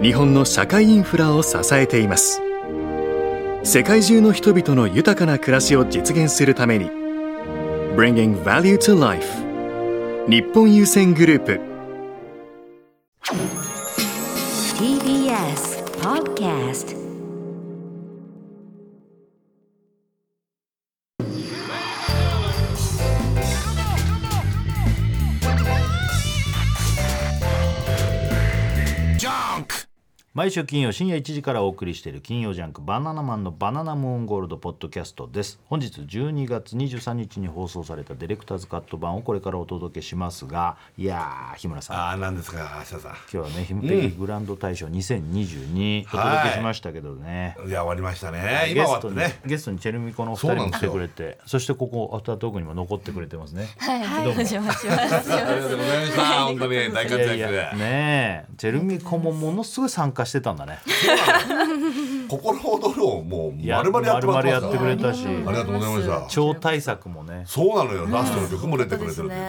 日本の社会インフラを支えています世界中の人々の豊かな暮らしを実現するために Bringing Value to Life 日本郵船グループ TBS Podcast Junk! 毎週金曜深夜1時からお送りしている金曜ジャンク「バナナマンのバナナムーンゴールド」ポッドキャストです本日12月23日に放送されたディレクターズカット版をこれからお届けしますがいやー日村さんああ、なんですか、明日さ今日はね「ヒムペギグランド大賞2022」おはい届けしましたけどね、ん。いや、終わりましたね。ゲ今終スわっトてに、ね。ゲストにチェルミコのお二そうなん人もで来すてよくれてそしてここアフタートークにも残ってくれてます ねはい、お邪魔します。ありがとうございました。 本当に大活いや躍いやで。ねえチェルミコもものすごい参加してたんだね心躍るをもういや丸々やってもらってます丸々やかってくら。れたしありがとうございました超大作もねそうなのよ。ラストの曲も出てくれてるというこいや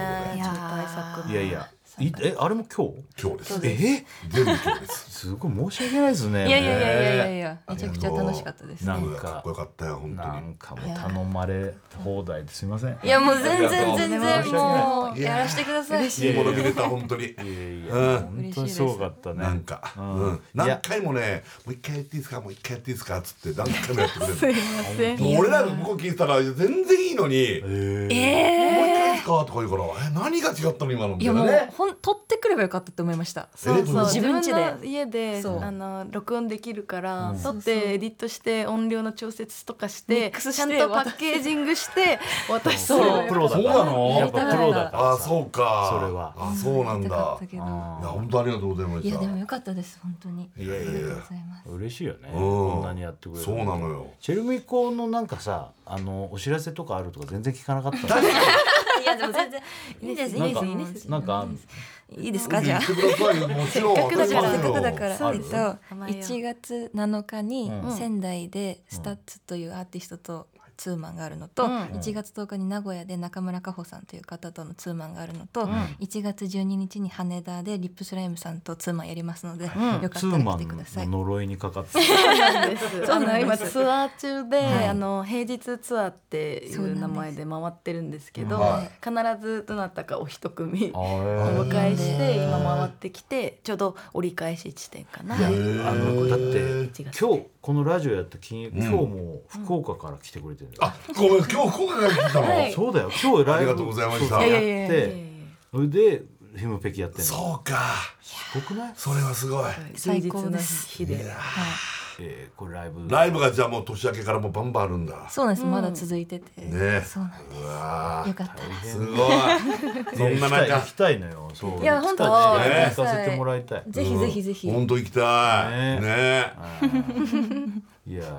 いやいやいえあれもと今日で。今日です。え全部今日 です。すごい申し訳ないですねいやいやいやいやいや、めちゃくちゃ楽しかったですなね。かんっかこよかったよ、本当なに。んかもう頼まれ放題ですいませんいや、もう全ありがと然う全然もう、やらしてくださいい。いもの見れた、本当に。いやうん。本当にすごかったねなんか、ううんん、何回もね、もう一回やっていいですか、もう一回やっていいですかっつって、何回もやって くれる。もう俺らがここ聞いてたら、全然いいのに、もう一ええ。回やるかとか言うから、え、何が違ったの、今のみた いやいなもうね。ほん取ってくればよかったと思いました。そうそう、自自分分家での家で、そうあの録音できるから、撮そっうそうてエディットして音量の調節とかしミて、ックスちしてゃんとパッケージングして渡しプそそうロうプ。ロだからそうなのやっぱプロだからさあ、そうか。それはあ、そうなんだ。いかやった、けど。あ本当ありがとうございまいしやた。でもいよかったです本当に。あやいやりいがとうやご。ざいます。ー嬉しいよねうんこんなにやってくれるそうなのよ。チェルミコのなんかさあのお知らせとかあるとか全然聞かなかったのいやでも全然いいですいいなんですかいいですなんかあんのいいですかじゃあ言。ってくださいよ、もちろん。せっかくだから私もあるよせっかくだからあるえっと甘いよ1月7日にう仙台でスタッツというアーティストとツーマンがあるのと、うん1月10日に名古屋で中村佳穂さんという方とのツーマンがあるのと、1月12日に羽田でリップスライムさんとツーマンやりますので、よかツったーら来マてくださいン。の呪いにかかってそうなの今ツアー中で、はいあの平日ツアーっていそうなんうです名前で回ってるんですけど、は必ずどなたかお一組あおー迎えして今回ってきてちょうど折り返し地点かな。あのだって1月今日このラジオやった金曜今日も福岡から来てくれてるんだよ、あ、ごめん、今日、今回から聞いたの。はいそうだよ今日ライブありがとうございましたそういややっいやいやいやいやてそれでヒムペキやってんのそうか。すごくない、それはすごい。充実最高なです日で。えー、これライブライブがじゃあもう年明けからもうバンバンあるんだ。そうなんです、まだ続いてて、ねそうなんですうわよかったらーすごい。そんな中行、きたい行きたいのよそういや行き本た当いね行かせてもらいたいぜひぜひぜひ、本当行きたねい。ね。いやー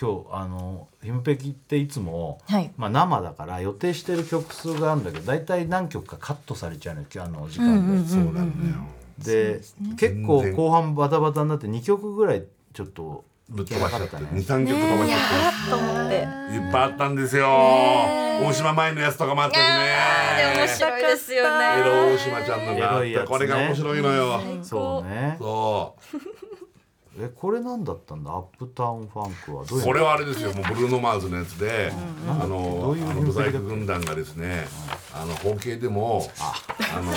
今日あのヒムペキっていつも、はいまあ、生だから予定してる曲数があるんだけど大体何曲かカットされちゃうのよあの時間で、そうなんだよ。で結構後半バタバタになって2曲ぐらいちょっとぶっ飛ばしちゃって行けなかっ、たね二三曲飛ばしちゃと思って。って。いっぱいあったんですよ。大島前のやつとかもあったしね。白いですよねエロ大島ちゃんのがあっエロいてやつねこれが面白いのよ。そうねそえこれ何だったんだアップタウンファンクはどうう。いうこれはあれですよ。もうブルーノマーズのやつで、あのどういうあの風ブにザイク軍団がですね、あの包茎でもあの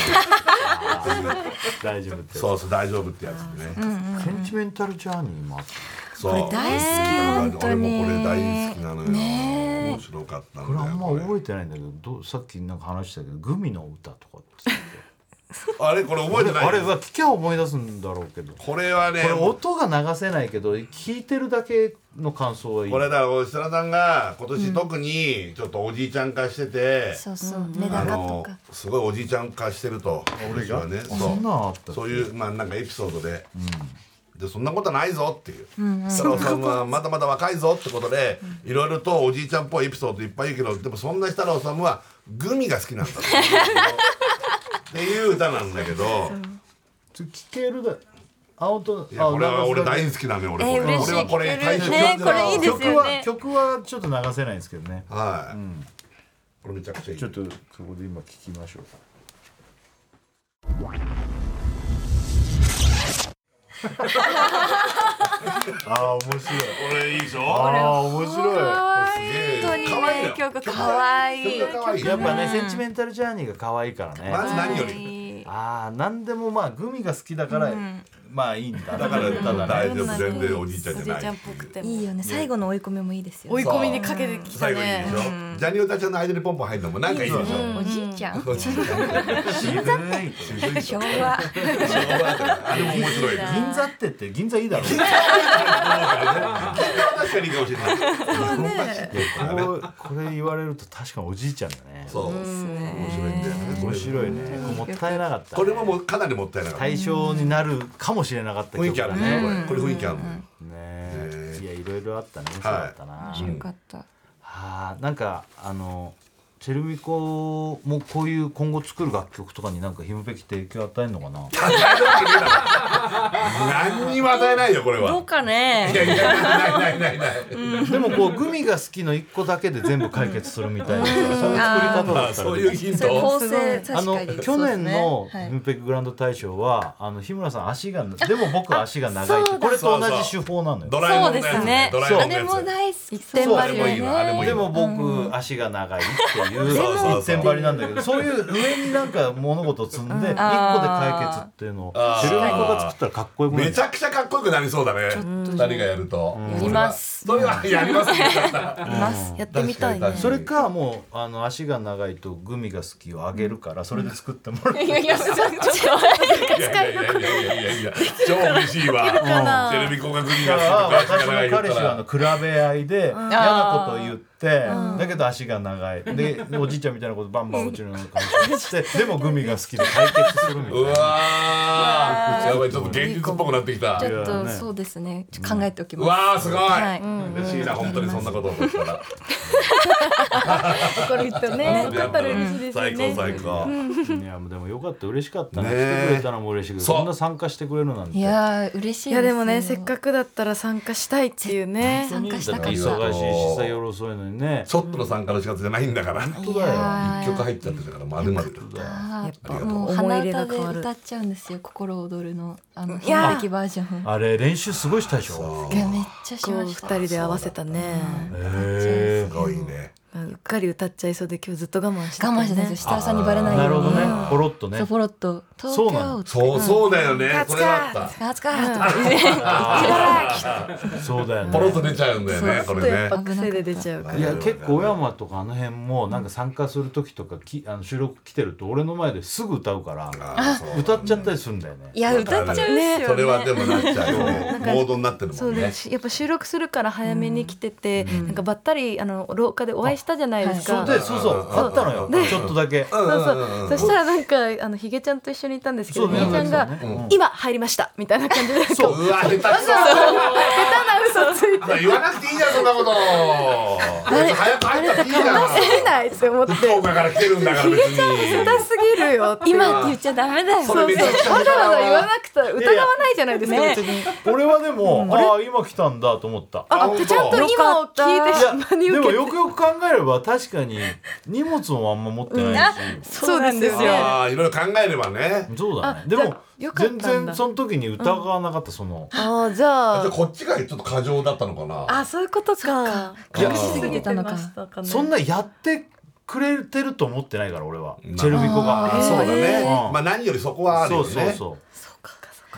大丈夫ってそうそう大丈夫ってやつでね。センチメンタルジャーニーもあったそう。これ大好き俺も本当にこれ大好きなのよ。ね面白かったんこだれあよ。んまこれ覚えてないんだけどどうさっきなんか話したけどグミの歌とかって言ってあれこれ覚えてない。あれは聞きゃ思い出すんだろうけどここれはね。れ音が流せないけど聞いてるだけの感想はいいこれだから設楽さんが今年特にちょっとおじいちゃん化してて、そうそう、メあダカとのかすごいおじいちゃん化してると俺がねそんなんあそうったっけそういうまあなんかエピソードで、でそんなことはないぞっていううんうん太郎さんはまだまだ若いぞってことでいろいろとおじいちゃんっぽいエピソードいっぱい言うけどでもそんな設楽さんはグミが好き なんだっていう歌なんだけど聞けるだ青といやこれは俺大好好きなのよ俺えこー、れ嬉し俺いはこれ聞け大る切ねこだれいいです曲よはね曲はちょっと流せないんですけどねはい、これめちゃくちゃいいちょっとそこで今聞きましょう かあー面白いこれいいでしょあー面白可す愛いげえ本当に可愛いねよ曲可愛い曲が可愛いいやっぱねセンチメンタルジャーニーが可愛いからねまず何よりりああ何でもまあグミが好きだから、うんまあいいんだだから大丈どんな夫全然おじいちゃんおじじゃいないちゃんっぽくてもいいよね最後の追い込みもいいですよ追いね込みにかけてきた最後にいいでねしょ、ジャニオタちゃんの間にポンポン入るのもなんかいいでしょ、おじいちゃんおじいちゃん銀座って昭和あれも面白いね銀座ってって銀座いいだ ろ確かにいいかもしれないこうこれ言われると確かにおじいちゃんだねそう面白いんだよね面白いねこれもったいなかったこれももうかなりもったいなかった対象になるかもしれなかった雰囲気あるねこれこれ雰囲気あるねねいやいろいろあったね面白かったな、は面白かったあなんかあのチェルミコもこういう今後作る楽曲とかになんかひむべき影響与えんのかな何にも与えないよこれどはうかねいやいやないないないない でもこうグミが好きの一個だけで全部解決するみたいなそういう作り方だあったそうらいうヒンそれト構成あ確のかに去年のそうですねはいムペックグランド大賞はあの日村さん足がでも僕は足が長いってそうこだれと同じ手法なのよドラえもんのやそうですねつドラえもんのあれもや大好き一点り張そうだよねあれもいいでも僕足が長いっていうそうそうそう一点張りなんだけどそういう上になんか物事を積んで一個で解決っていうのをあー知る人が作ったらかっこよつくないめちゃくちゃかっこよくなりそうだね二人がやるとやりますそれはやりますねちょっといますやってみたいね確かに確かにそれかもうあの足が長いとグミが好きをあげるからそれで作ってもらういやいやちょっといやいやいやいやいやいや超嬉しいわなテレビ広角にだからが私の彼氏はあの比べ合いで嫌なことを言ってだけど足が長いで おじいちゃんみたいなことバンバンうちの彼氏にしてでもグミが好きで解決するみたいうな。わーやばいちょっと現実っぽくなってきたちょっとそうですねちょっと考えておきうますわーすごい、はい嬉しいな本当にそんなことを思ったらこれ言ったねよかったら嬉しいですよ最ね高最高、いやでもよかった嬉しかったねねえ来てくれたのも嬉しいけどそうこんな参加してくれるなんていやー嬉しいいやでもねせっくかくだったら参加したいっていうね参加したかっ忙しいしたそうさ夜遅いのにねちょっとの参加の仕方じゃないんだから一当だよ曲入っちゃってたからまるまるあーやっぱもう思い鼻入れ歌がで変わる歌っちゃうんですよ心躍るのあのいやー悲劇バージョンあれ練習すごいしたでしょいやめっちゃしこうま二した人で合わせたねへすごいねまあうっかり歌っちゃいそうで今日ずっと我慢してた我慢ねしてたんですよ設楽さんにバレないなるようほどにねポロっとねそうポロッと「東そうなの京」そうそうだよね勝つそかれだったあつかーとそうだよポロッねと出ちゃうんだよねそこうれちょっとやねっぱ癖で出ちゃうからいや結構小山とかあの辺もなんか参加する時とかきあの収録来てると俺の前ですぐ歌うからあそう歌っちゃったりするんだよねいや歌っちゃうっすよねそれはでもなっちゃうよねモードになってるそもうんでねすやっぱ収録するから早めに来てて、なんかばったりあの廊下でお会いしたじゃないですか、そうでそうそうあったのよちょっとだけそうそうそしたらなんかあのひげちゃんと一緒にいたんですけどそうひげちゃんが宮崎さんね「今入りました」みたいな感じで なんかそううわ下手くそ下手な嘘ついて言わなくていいじゃんそんなこと早く入ったっていいじゃん「 出ない」って思って福岡から来てるんだから別に下手すぎるよ今って言っちゃダメだよそれめちゃくちゃわざわざ言わなくて疑わないじゃないですか別に俺はでもああ今来たんだと思ったあ本当ちゃんと今を聞いていや 真にで受もけてよくよく考えれば確かに荷物もあんま持ってないしそうなんですよああいろいろ考えればねそうだねあでもじゃあよかった全んだ然その時に疑わなかったそのああじじゃゃああこっちがちょっと過剰だったのかなあそういうことかいや隠しすぎてましたかねそんなやってくれてると思ってないから俺はチェルミコあがーそうだねうんまあ何よりそこはあるそようねそうそう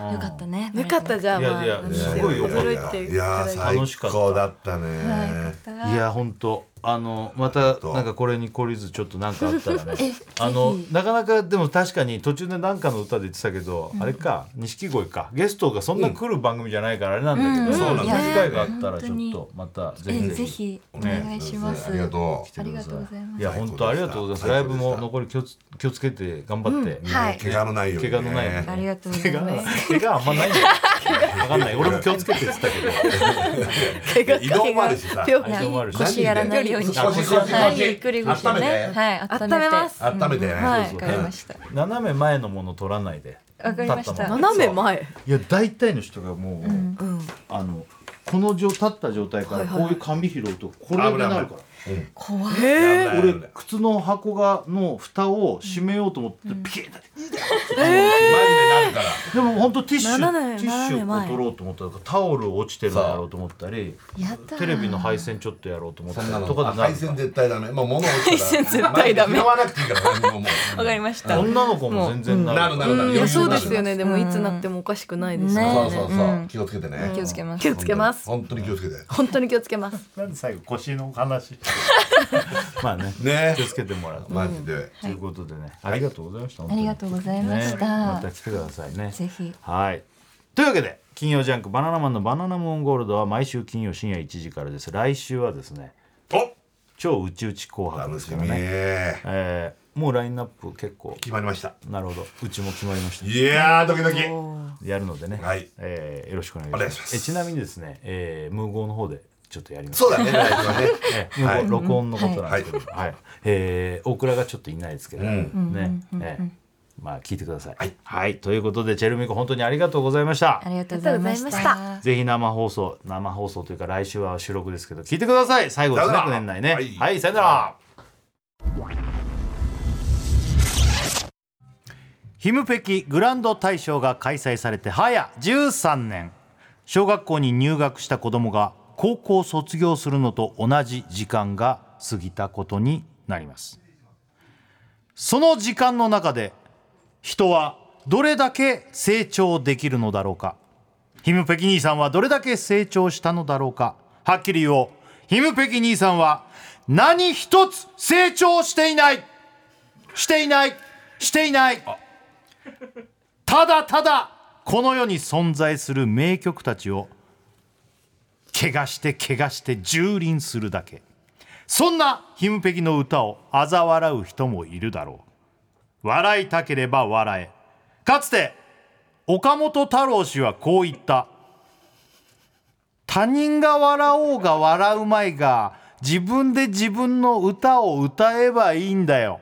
うんよかったねよかったじゃんいやいやまあすごいよ驚いていやいただいて最高だったねいや本当あのまたなんかこれに懲りずちょっと何かあったらねあのなかなかでも確かに途中で何かの歌で言ってたけど、あれか錦鯉かゲストがそんな来る番組じゃないからあれなんだけど、うんそうなんい機や会があったらちょ本当っにとまたぜひえぜひお願いします。ありがとうありがとうございますいや本当ありがとうございます。ライブも残り気をつ気をつけて頑張って。はい。怪我のないようにね怪我のないようにありがとうござ怪い我ます。怪我あんまないんだよ。わかんない。俺も気をつけてって言ってたけど。移動もあるしさ病あれはでもあるい、し腰やらないように腰腰腰はい、ゆっくり腰温めね。てはい、温め温めますて温めてねうんはい、そうわそうかりました。斜め前のもの取らないで。わかりまし。立ったたも斜め前いや大体の人がもう、うんあのこの状立った状態からはいはいこういう紙拾うとこれになるから。怖い。え危ない危俺ない靴の箱がの蓋を閉めようと思ってピキッてマジでなるからでも本当ティッシュ斜めティッシ斜めュを前取ろうと思ったらタオル落ちてるのやろうと思ったりやったーテレビの配線ちょっとやろうと思ったそりんなのとかでな配るか線絶対ダメもう物落ちたら配線絶対ダメ拾わなくていいから何ももうわかりましらた。女の子も全然なるなるなるなるいやそうですよねねでもいつなってもおかしくないですねそうそうそううん気をつけてね気をつけます気をつけます本当に気をつけて本当に気をつけますなんで最後腰の話 まあねね気をつけてもらうマジでということでね、ありがとうございました。ありがとうございごました。また来てくださいね。ぜひはい。というわけで、金曜ジャンクバナナマンのバナナムーンゴールドは毎週金曜深夜1時からです。来週はですね、お超うちうち紅白で楽すしからみね。えーもうラインナップ結構、決まりましたなるほど、うちも決まりました。いやードキドキやるのでね、はいえーよろしくお願いしお願まいすしますえちなみにですね、えー、ムーゴーの方でちょっとやりますそうだ ね大丈夫ねえームーゴーはい録音のことなんですけど、はいえー大倉がちょっといないですけど、うんね、えーまあ聞いてください、はいということでチェルミコ本当にありがとうございましたありがとうございましありがとうございた。ぜひ生放送生放送というか来週は収録ですけど聞いてください最後ですねさよなら年内ねははいい、さよならヒムペキグランド大賞が開催されて早13年小学校に入学した子供が高校を卒業するのと同じ時間が過ぎたことになりますその時間の中で人はどれだけ成長できるのだろうかヒムペキ兄さんはどれだけ成長したのだろうかはっきり言おうヒムペキ兄さんは何一つ成長していないしていないしていないただただこの世に存在する名曲たちを怪我して怪我して蹂躙するだけそんなヒムペキの歌を嘲笑う人もいるだろう笑いたければ笑えかつて岡本太郎氏はこう言った他人が笑おうが笑うまいが自分で自分の歌を歌えばいいんだよ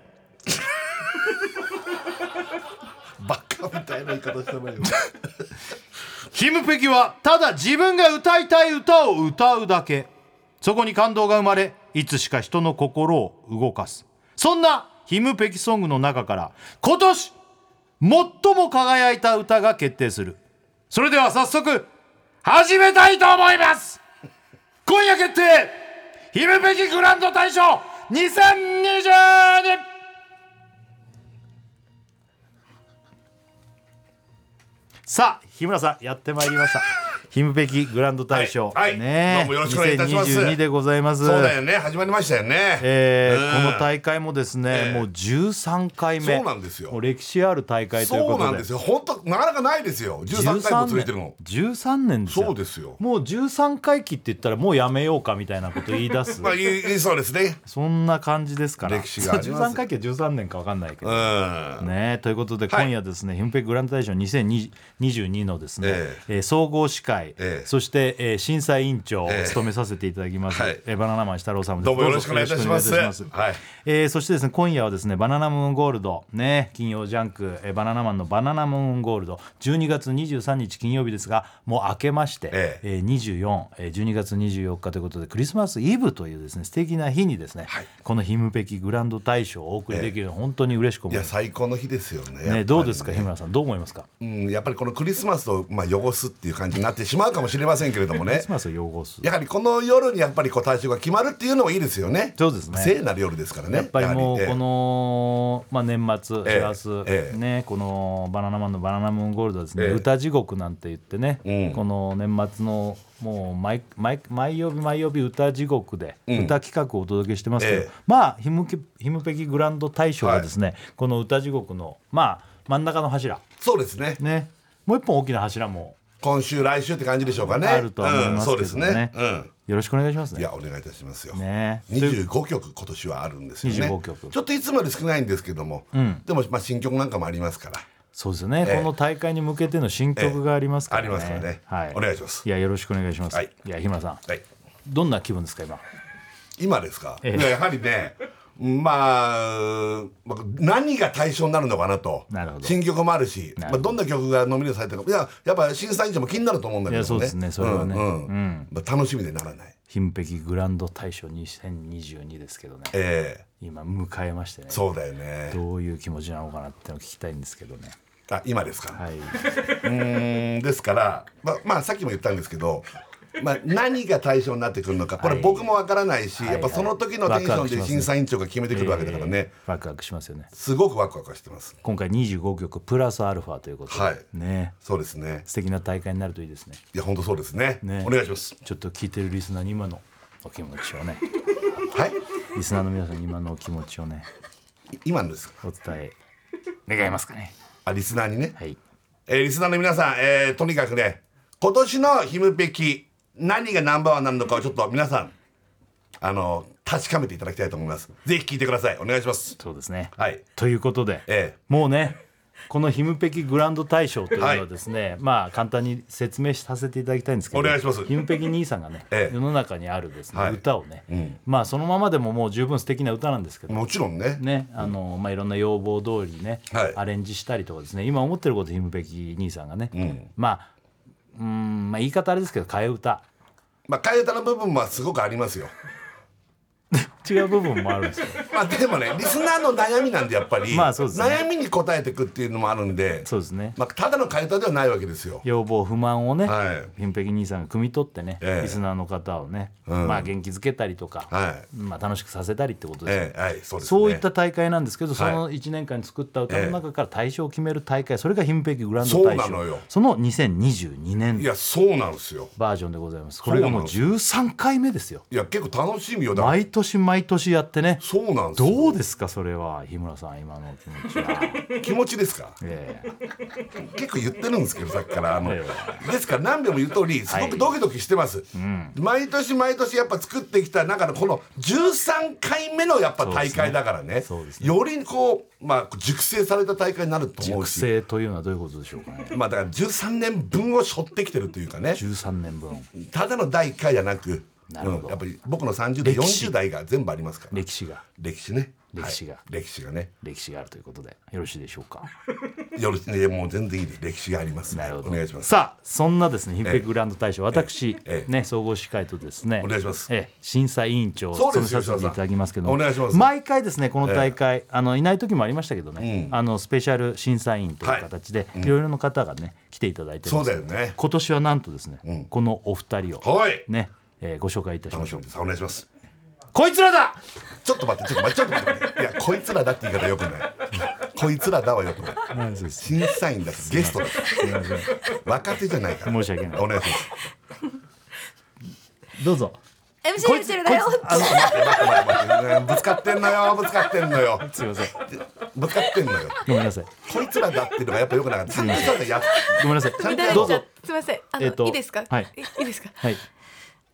バカみたいな言い方してもいいよキムペキはただ自分が歌いたい歌を歌うだけそこに感動が生まれいつしか人の心を動かすそんなヒムペキソングの中から今年最も輝いた歌が決定するそれでは早速始めたいと思います今夜決定ヒムペキグランド大賞 2022! さあ日村さんやってまいりましたヒムペキグランド大賞、はいはいねえどうもよろしくお願いいたします2022でございますそうだよね始まりましたよねえーうんこの大会もですね、ええもう13回目そうなんですよもう歴史ある大会というこそとうでなんですよ本当なかなかないですよ13回も続いてるの13年13年ですよそうですよもう13回期って言ったらもうやめようかみたいなこと言い出 すまあいいいいそうですねそんな感じですから歴史がありますそう13回期は13年か分かんないけうど、んねえということではい今夜ですね、ヒムペイグランド大賞2022のですね、ええー総合司会、ええそして、えー審査委員長をええ務めさせていただきます、はいえーバナナマン設楽さんですどうもよろしくお願いいたしますよろくお願いいたしますはいえーそしてですね今夜はですねバナナムーンゴールドね金曜ジャンク、えーバナナマンのバナナムーンゴールド12月23日金曜日ですがもう明けまして、ええー24、えー12月24日ということでクリスマスイブというですね素敵な日にですね、このヒムペキグランド大賞をお送りできるのは本当に嬉しく思いいまやす。最高の日ですよねやっぱりね、どうですか、日村さん、どう思いますか。うん、やっぱりこのクリスマスをまあ汚すっていう感じになってししまうかもしれませんけれどもクリねスマスを擁護するやはりこの夜にやっぱりこう対象が決まるっていうのもいいですよねそうですね聖なる夜ですからねやっぱりもうやはこの、まあ、年末ええ師走、ええねこの「バナナマンのバナナムーンゴールド」はですね、ええ歌地獄なんて言ってね、うんこの年末のもう毎毎毎曜日毎曜日歌地獄でうん歌企画をお届けしてますけど、ええまあひむけひむぺきグランド大賞がですね、この歌地獄のまあ真ん中の柱えそうですねねもう一本大きな柱も今週来週って感じでしょうかねあるとは思いますうん、そけどねうですね、うんよろしくお願いしますいね。やお願いいたしますよ、ね25曲今年はあるんですよね25曲ちょっといつもより少ないんですけども、んでもまあ新曲なんかもありますからそうですよね、ええこの大会に向けての新曲がありますからね、ええありますからねはい、お願いしますいやよろしくお願いします、はいい、や日村さんはいどんな気分ですか今今ですか、ええいややはりねまあまあ何が対象になるのかなとなるほど新曲もあるしなまるほあ、どどんな曲がノミネートされてるのかいややっぱ審査員長も気になると思うんだけどねいやそうですねそれはねうんうんうんまあ、楽しみでならない貧碧グランド大賞2022ですけどねええ今迎えましてねそうだよねどういう気持ちなのかなってのを聞きたいんですけどねあ今ですか、 はいうーんですから、まあ、まあさっきも言ったんですけど、まあ、何が対象になってくるのかこれはい僕もわからないし、はいやっぱその時のテンションワクワクしまですね審査委員長が決めてくるわけだからね、えーワクワクしますよねすごくワクワクしてます今回25曲プラスアルファということで、はいねそうですね素敵な大会になるといいですねいや本当そうですねねお願いしますちょっと聞いてるリスナーに今のお気持ちをねはいリスナーの皆さんに今のお気持ちをねい今のですかお伝え願えますかねあリスナーにね、はいえーリスナーの皆さん、えーとにかくね今年のひむべき何がナンバーワンなるのかをちょっと皆さんあの確かめていただきたいと思いますぜひ聞いてくださいお願いしますそうですね、はいということで、ええもうねこの「ひむぺきグランド大賞」というのはですね、まあ簡単に説明させていただきたいんですけどお願いしますひむぺき兄さんがね、ええ世の中にあるですね、はい歌をね、まあそのままでももう十分素敵な歌なんですけど、もちろんねねあのまあ、いろんな要望通りね、はいアレンジしたりとかですね今思ってることひむべき兄さんがね、まあうーんまあ言い方あれですけど替え歌まあ替え歌の部分はすごくありますよ 違う部分もあるんですよまあでもねリスナーの悩みなんでやっぱり、まあそうですね悩みに答えていくっていうのもあるんでそうですねまあ、ただの替え歌ではないわけですよ要望不満をね、はい貧碧兄さんが汲み取ってね、ええリスナーの方をね、んまあ元気づけたりとか、はいまあ楽しくさせたりってことですよね、ええはいそうですねそういった大会なんですけど、その1年間に作った歌の中から大賞を決める大会、それが貧碧グランド大賞そうなのよその2022い年やそうなんですよバージョンでございますこれがもう13回目ですよいや結構楽しみよだから毎年毎年やってねそうなんですよどうですかそれは日村さん今のお気持ち は、気持ちですかええ結構言ってるんですけどさっきからあのえですから何べんも言う通りすごくドキドキしてます、毎年毎年やっぱ作ってきた中のこの13回目のやっぱ大会だからねそうですねよりこう、まあ、熟成された大会になると思う熟し成というのはどういうことでしょうかねまあだから13年分を背負ってきてるというかね13年分ただの第1回じゃなくなるほどうんやっぱり僕の30代歴史40代が全部ありますから歴史が歴史ね歴史がはい歴史がね歴史があるということでよろしいでしょうか。よろしいやもう全然いいです歴史がありますなるほどお願いしますさあそんなですねヒンペグランド大賞私、ええね総合司会とですねお願いしますええ審査委員長をそう務でめすよさせていただきますけどお願いします毎回ですねこの大会、あのいない時もありましたけどね、あのスペシャル審査委員という形で、いろいろな方がね来ていただいてるんそうですだけよどね今年はなんとですね、このお二人をはいね、えーご紹介いたしま楽ししょうみですお願いしますこいつらだちょっと待って、ちょっと待って、ちょっと待って。いや、こいつらだって言い方よくない。こいつらだはよくない。審査員だし、ゲストだし。若手じゃないから。申し 訳ないお願いします。どうぞ MC こいルつチルだよあ、待って、待って、待って待って。ぶつかってんのよ、ぶつかってんのよ。すいませんぶつかってんのよ。ごめんなさいこいつらだっていうのがやっぱよくなかった。審査員やっごめんなさいどうぞすみません。あの、えっといいですか。はいいいですか。はい。 MC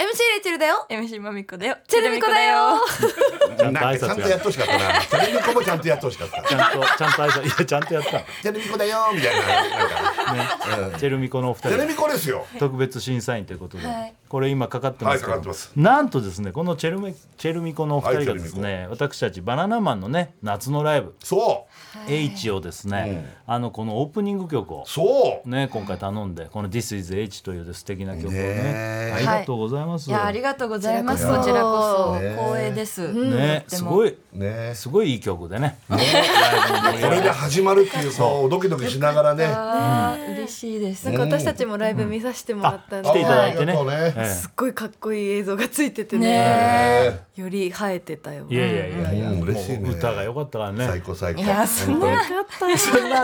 レチルだよ MC まみこだよ。チェルミコだよなんかちゃんとやってほしかったな。チャレミコもちゃんとやってほしかった。ちゃんと、ちゃんと挨拶、いや、ちゃんとやった。ね、チャレミコだよみたいな。なんかチェルミコのお二チャレ人。ミコですよ。特別審査員ということで、はいこれ今かかってますけど、はいかかってますなんとですねこのチェルミチェルミコのお二人がですはね、私たちバナナマンのね夏のライブそう。 「H」をですね、あのこのオープニング曲を、そう。ね、今回頼んでこの「This is H」というね素敵な曲をねねえありがとうございます、いやありがとうございますここちちららここそそ光栄です、ねねってすもごいねすごいいい曲でねこれで始まるっていうこうドキドキしながらねあー嬉しいですなんか私たちもライブ見させてもらったんで、来ていただいあてねりがとうねええすっごいかっこいい映像がついててねねえより映えてたよいやいやいやいや、うんもう嬉しいね歌が良かったからーね。最高最高いやそんな本よかったよ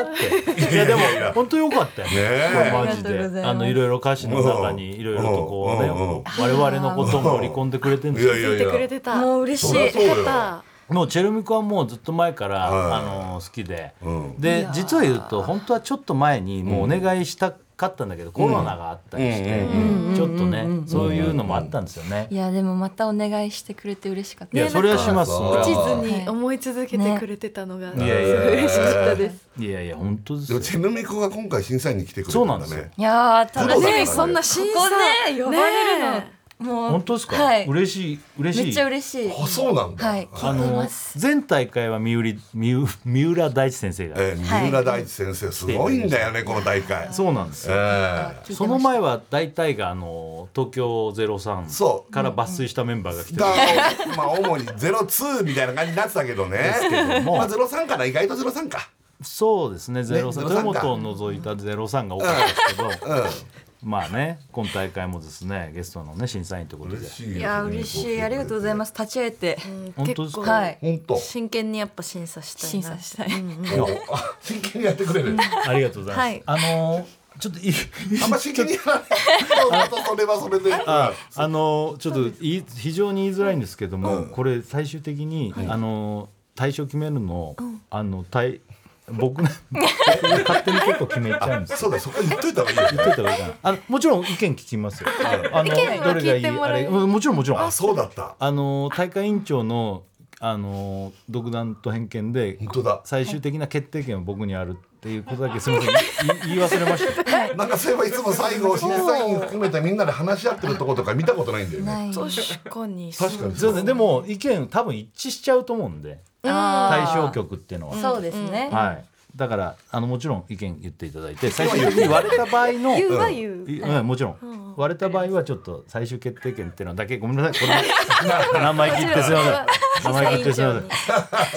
いやでも本当良かったよ。えこれマジありがとうごでざいますあのいろいろ歌詞の中にいろいろとこうねうんうんうん我々のことも織り込んでくれてるん当でにすいよやいついやてくいれやてたもう嬉しいよそりゃそうかだったもうチェルミコはもうずっと前から、はいあの好きで、うんで実は言うと本当はちょっと前にもうお願いしたかったんだけど、コロナがあったりして、ちょっとね、そういうのもあったんですよね。いやでもまたお願いしてくれて嬉しかっいたやですそれはします。そうそれ地は図に思い続けてくれてたのが、いやいや嬉しかったですいやいや本当ですでよも。チェルミコが今回審査員に来てくれたそうなんんでだすよねいやー楽しみねでえすそんな審ここね呼ばれるの、もう本当ですか。はい嬉しい嬉しい。めっちゃ嬉しいあそうなんだはいあ聞いてのます前大会は三浦三浦三浦大知先生が、えー三浦大知先生すごいんだよねこの大会そうなんですえよ、ー聞いてましたその前は大体があの東京ゼロ三そうから抜粋したメンバーが来てだまあ主に02みたいな感じになってたけどねけどもまあ03かな意外と03かそうですねゼロ三03豊か本を除いたゼロ三が多かったですけど、まあね今大会もですねゲストのね審査員ということでいいや嬉しいありがとうございます立ち会えて、うん本当です結か構、はい本当真剣にやっぱ審査したいな審査したい、真剣にやってくれるありがとうございます、はいあのーちょっといいあんま真剣にやらないとそれはそれでああのちょっと言い非常に言いづらいんですけどうも、んこれ最終的に、あの対象決めるの、あの対僕ね僕が勝手に結構決めちゃうんですよ。そうだそこ言っといた方がいいよ言っといた方がいいかなあのもちろん意見聞きますよ。あの見はどれがい聞いいてもあらえれるうんもちろんもちろん。あそうだったあの大会委員長のあの独断と偏見で本当だ最終的な決定権は僕にあるっていうことだけすみません言い言い忘れました。なんかそういえばいつも最後審査員含めてみんなで話し合ってるとことか見たことないんだよねない確かに確かにそうですねでも意見多分一致しちゃうと思うんで対象曲っていうのは。そうですね、はい。だからあのもちろん意見言っていただいて最終的に割れた場合の言うはうん言ういうんもちろん割れた場合はちょっと最終決定権っていうのだけごめんなさいこ れ名前切ってすいません名前切ってすいません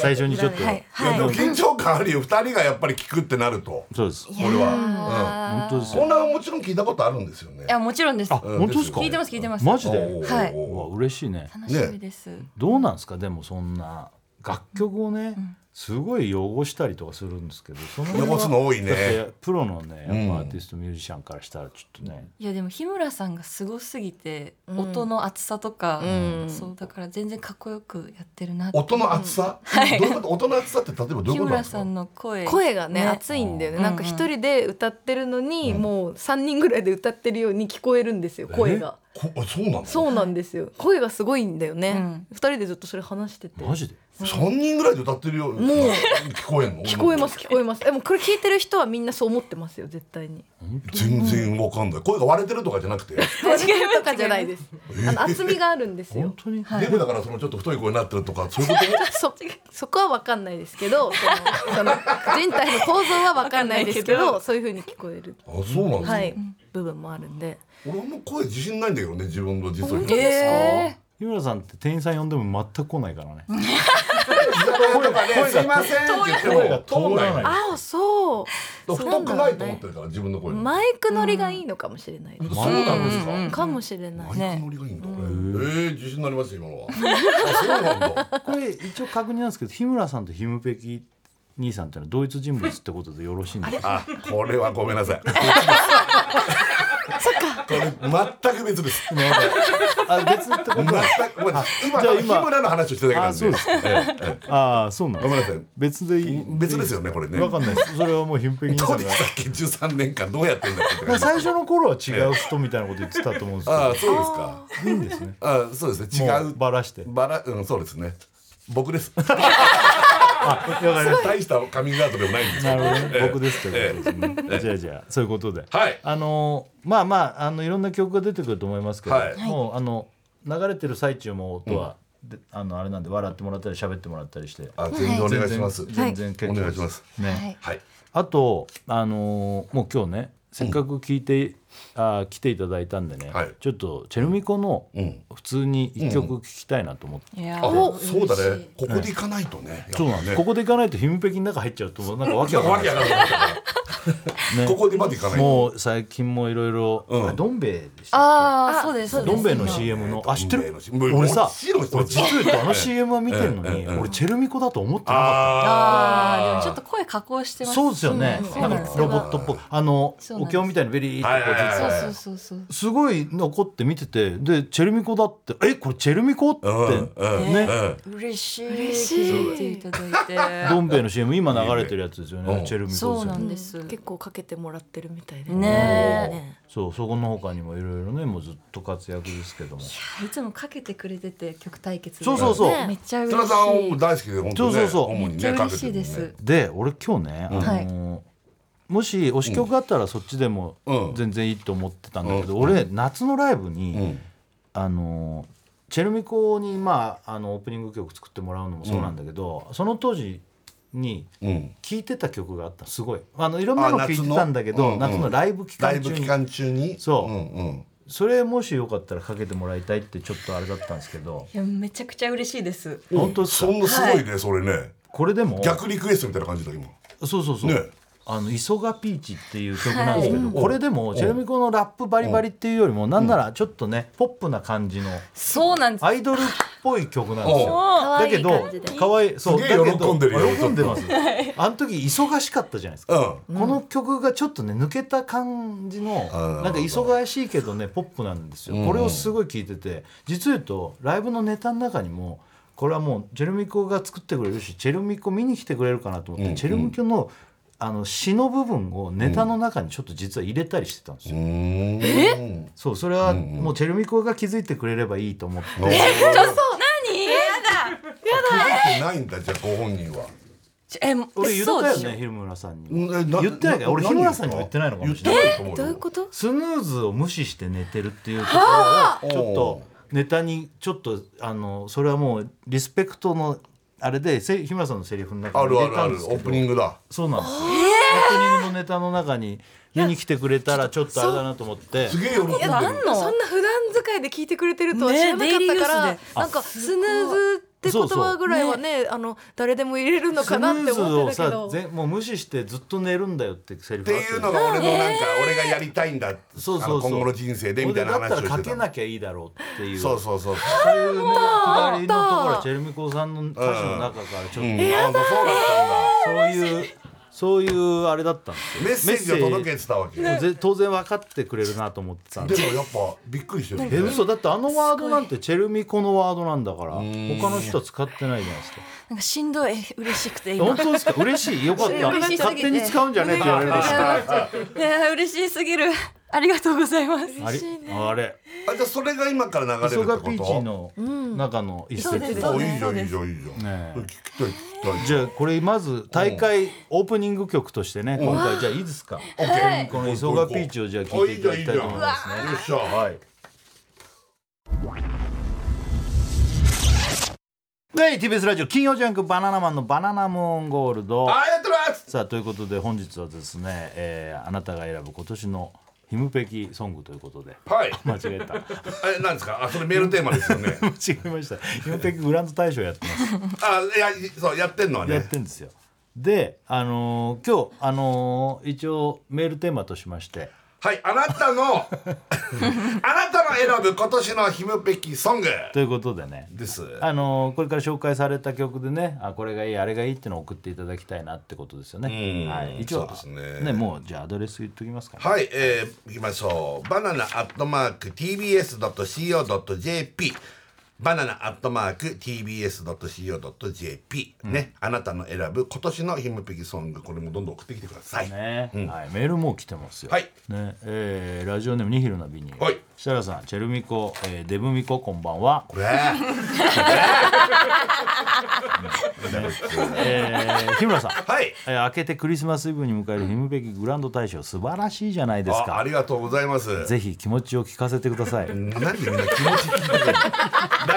最初にちょっとはいいやでもはい緊張感あるよ二人がやっぱり聞くってなるとそうですいや俺は本は当ですこんなよもちろん聞いたことあるんですよねいやもちろんですあうん本当ですか聞いてます聞いてますマジでおーはいうわ嬉しいね楽しみです、どうなんですかでもそんな楽曲をねすごい汚したりとかするんですけどその辺は汚すの多いねだってプロのねやっぱアーティストミュージシャンからしたらちょっとねいやでも日村さんがすごすぎて、音の厚さとか、そうだから全然かっこよくやってるなって音の厚さ、どういうこと音の厚さって例えばどういうこと日なん村ですかさんの声声がね熱いんだよね、なんか一人で歌ってるのに、もう三人ぐらいで歌ってるように聞こえるんですよ声がこあそうなのそうなんですよ声がすごいんだよね二、人でずっとそれ話しててマジで三人ぐらいで歌ってるようにもう聞こえんの聞こえます聞こえますえもうこれ聞いてる人はみんなそう思ってますよ絶対に全然わかんない声が割れてるとかじゃなくて割れてるとかじゃないですあの厚みがあるんです本よ当にデブだからそのちょっと太い声になってるとかそういうことそそこは分かんないですけどそのその人体の構造は分かんないですけわかんどそういうふうに聞こえる、あそうなんですか、はい、部分もあるんで俺あんま声自信ないんだけどね自分の実力当ですかえ日村さんって店員さん呼んでも全く来ないからねー、とかねすいませんって言っても声が通らないだかああそうらそ太うくだなろういと思ってるから自分の声にマイク乗りがいいのかもしれないです、そうなんですか、かもしれない、マイク乗りがいいんだ、ね、えー、自信になりました今のはあそうなんだこれ一応確認なんですけど日村さんとヒムペキ兄さんっていうのは同一人物ってことでよろしいんですかあこれはごめんなさい そっかこれ全く別ですあ別ってこと全く、まあ、今じゃあ今日村の話をしてるだけなんあでそうですかええええああそうなんごめんなさい別でいい別ですよねこれねわかんないですそれはもうヒムペキ兄どさうんでがしたっけ13年間どうやってんだっけって感じ最初の頃は違う人みたいなこと言ってたと思うんですけあどあそうですかいいんですねああそうですね違もうバラしてバラうんそうですね僕です あわかりまし大したカミングアウトでもないんですたけなどるほどね僕ですけどえじゃあじゃあそういうことではいあのーまあまああのいろんな曲が出てくると思いますけど、はいもうあの流れてる最中も音は、であのあれなんで笑ってもらったり喋ってもらったりしてあ全然お願いします全然全然結構お願でいしますね、はいはいあとあのーもう今日ねせっかく聞いて、あー来ていただいたんでね、はいちょっとチェルミコのうん普通に一曲聞きたいなと思って、いやあそうだね嬉しいここで行かないとねそうなんです、ねここで行かないとヒムペキの中入っちゃうとなんかわけわかわんけないわかんないねここでまで行かないもう最近もいろいろうんあどん兵衛でしたああそうですそうですどん兵衛の CM のあ知ってるどん兵衛の CM 俺さもちろん知ってま俺す実は言うとあの CM は見てるのえええにえ俺チェルミコだと思ってなかっあーでもあちょっと声加工してたますそうですよねうんそうななんんでかすロボットっぽくあのそうなおんです経みたいにベリーってこうはいはいはい実そうはそうそうそうすごい残って見ててでチェルミコだってえこれチェルミコってうんうんねうん嬉しい嬉しい聞いていた だどいん兵衛の CM 今流れてるやつですようねんチェルミコですそようなねんですうん結構かけてもらってるみたいでてねそうそこの他にもいろいろねもうずっと活躍ですけどもえいつもかけてくれてて曲対決でそうそうそうねめっちゃ嬉津し田さんはい大好きで本当にそうねそうそう主めにっちねゃか嬉けしているでねすで俺今日ね、あはいのもし推し曲があったらそっちでもうん全然いいと思ってたんだけど、うん俺夏のライブに、うんあのチェルミコに、まあ、あのオープニング曲作ってもらうのもそうなんだけど、その当時にうん聴いてた曲があったのすごいあのいろんなのあ聴い夏てのたんだけどうん夏の,、ライブ期ライ間中ブに期間中にそうんうんそれもしよかったらかけてもらいたいってちょっとあれだったんですけどいやめちゃくちゃ嬉しいです本当ですそかんなすごいねそれねこれでも逆リクエストみたいな感じだ今そうそうそう。ねあの急がピーチっていう曲なんですけど、はいこれでもチェルミコのラップバリバリっていうよりも、なんならちょっとねポップな感じのそうなんですアイドルっぽい曲なんですよ。可だ愛けいど感じで可愛いそうすだげけえど喜んでるよ喜んでます。あの時忙しかったじゃないですか。うんこの曲がちょっとね抜けた感じのあーなんか忙しいけどねポップなんですよ、うんこれをすごい聞いてて実を言うとライブのネタの中にもこれはもうチェルミコが作ってくれるしチェルミコ見に来てくれるかなと思って、うんチェルミコのあの詩の部分をネタの中にちょっと実は入れたりしてたんですよ、えそうそれはもうチェルミコが気づいてくれればいいと思って、え気づい何てないんだじゃあご本人はちえ俺言ったよ嘘でしねょ日村さんに、うんえな言ってないから俺何日村さんにも言ってないのかもしれない言ってないと思どういううよことスヌーズを無視して寝てるっていうところをちょっおうとネタにちょっとあのそれはもうリスペクトのあれでせ日村さんのセリフの中あにるあ入れるたあんるですオけーどプニングだそうなんですよオープニングのネタの中に見に来てくれたらちょっとあれだなと思ってすげえ喜んでる何のそんな普段使いで聞いてくれてるとはね知らなかっデイたから、リーユースでなんかスヌーズって言葉ぐらいはねあの誰でも入れるのスかヌなってーズ思っをてたさけどぜもう無視してずっと寝るんだよってセリっフてがあっいうてのが俺のなんか俺がやりたいんだそうそうそうあの今後の人生でみたいな話を俺だったらしかてけたなのきゃいいだろうっていうそうそうそうそういうねくだりのところチェルミコさんの歌詞の中からちょっとうんあそうだったんだそういうそういうあれだったんですよメッセージを届けてたわけメッセージ当然分かってくれるなと思ってたんででもやっぱびっくりしてるえね嘘だってあのワードなんてチェルミコのワードなんだから他の人は使ってないじゃないですかなんかしんどい嬉しくて今本当ですか嬉しいよかっ嬉たしすぎて勝手に使うんじゃねえって言われるでしょいや嬉しいすぎるありがとうございますあれあれあじゃあそれが今から流れ磯るがってピーこチとの中の一そう節ですあいいじゃんいいじゃんいいじねゃんえ聞きたい聞きたいじゃあこれまず大会オープニング曲としてね今回じゃあいいですかオッケーこの磯がピーチをじゃあ聴いていただきたいと思いますねよっしゃはい。で TBS ラジオ金曜ジャンクバナナマンのバナナムーンゴールド。あやってますさあということで本日はですね、えーあなたが選ぶ今年のヒムペキソングということではい間違えた間えなんですかあそれメールテーマですよ ね違えましたヒムペキグランド大賞やってますあいやそうやってんのはやねってんですよであのー今日あのー一応メールテーマとしましてはいあなたの あなたの選ぶ今年のひむぺきソングということでねですあのーこれから紹介された曲でねあこれがいいあれがいいってのを送っていただきたいなってことですよね、うんはい、一応そうですねもうじゃあアドレス言っときますか、ねはい、えー、いきましょう。バナナアットマーク tbs.co.jp バナナアットマーク tbs.co.jp ね、あなたの選ぶ今年のヒムペギソング、これもどんどん送ってきてください。ねはい、メールもう来てますよ、はいねえーラジオネームニヒルなビニール、はい設楽さんチェルミコ、 えーデブミコこんばんはこれ、ねえー日村さん、はいえー明けてクリスマスイブに迎えるヒムべきグランド大賞素晴らしいじゃないですああかりがとうございますぜひ気持ちを聞かせてくださいなんでみんな気持ち聞いてくるのだ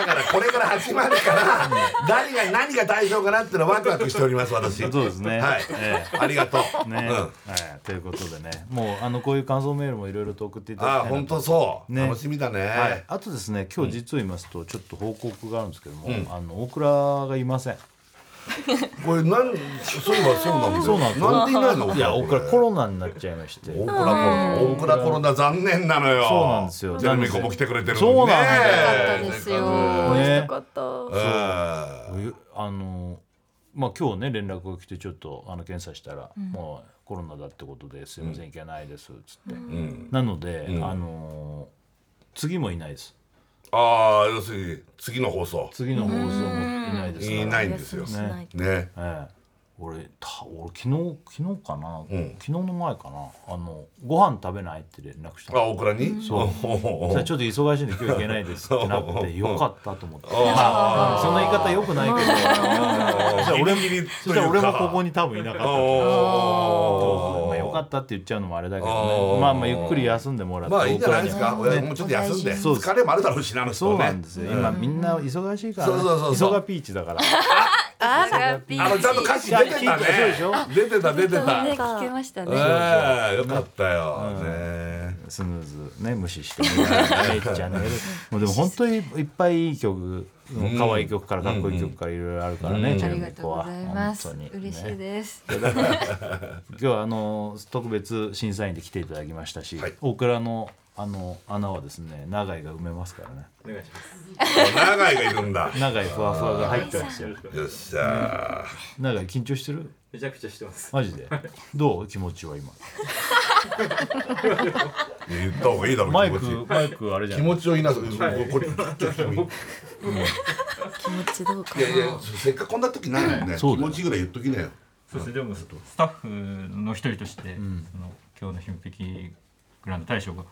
からこれから始まるから何が何が対象かなってのワクワクしております私そうですねはい、えありがとう、ね、うん、はあい、ということでねもうあのこういう感想メールもいろいろと送っていただきあたいなと本当そう、ね楽しみだね、はい、あとですね今日実を言いますとちょっと報告があるんですけども、あの大倉がいませんこれなんそうはそうなんだよそうなんですよなんでいないのいや大倉これコロナになっちゃいまして大倉コロナ大倉コロナ残念なのよそうなんですよジェルミコも来てくれてるそうなんだよかったですよ美味ねしかった。うんえあのまあ今日ね連絡が来てちょっとあの検査したら、もうコロナだってことですいません、いけないですっつって、うんなので、んあの次もいないですああ要するに次の放送次の放送もいないですからいないんですよお休みしないとねええ俺た俺昨日昨日かな、うん昨日の前かなあのご飯食べないって連絡したあの大倉にそうおそおしたらちょっと忙しいんで今日行けないですってな っうてんよかったと思って、んまあ、そんな言い方よくないけどじゃあ俺もそしたら俺もここに多分いなかったからまあ、よかおったって言っちゃうのもあれだけどあねーまあまあゆっくり休んでもらってまあいいんじゃないですか僕ら親にはもうちょっと休んでそうです疲れもあるだろうしなあの人そうはねなんですよ、今みんな忙しいから、ね、そうそうそうそう忙ピーチだからあらあのちゃんと歌詞出てたねそうでしょ出てた出てたね聞けましたね。ええよかったよねスヌーズね無視してもらえちゃね もうでも本当にいっぱいいい曲可愛い曲からかっこいい曲からいろいろあるからね、うんチあェルりミがとうコごはざいます。本当にね嬉しいです。今日はあの特別審査員で来ていただきましたし、はい大倉のあの穴はですね長井が埋めますからね長井がいるん だ長井ふわふわが入ってますよよっしゃ長井緊張してるめちゃくちゃしてます。マジ でどう気持ちは今ー言った方がいいだろマうイ気持ちクマイクあれじゃ気ん持ちを言いなさいこれ気持ちどうかいなやいやせっかくこんな時ないもんね気そうだよ持ちぐらい言っときなよそうですね。でもスタッフの一人として、その今日の品璧グランド大賞が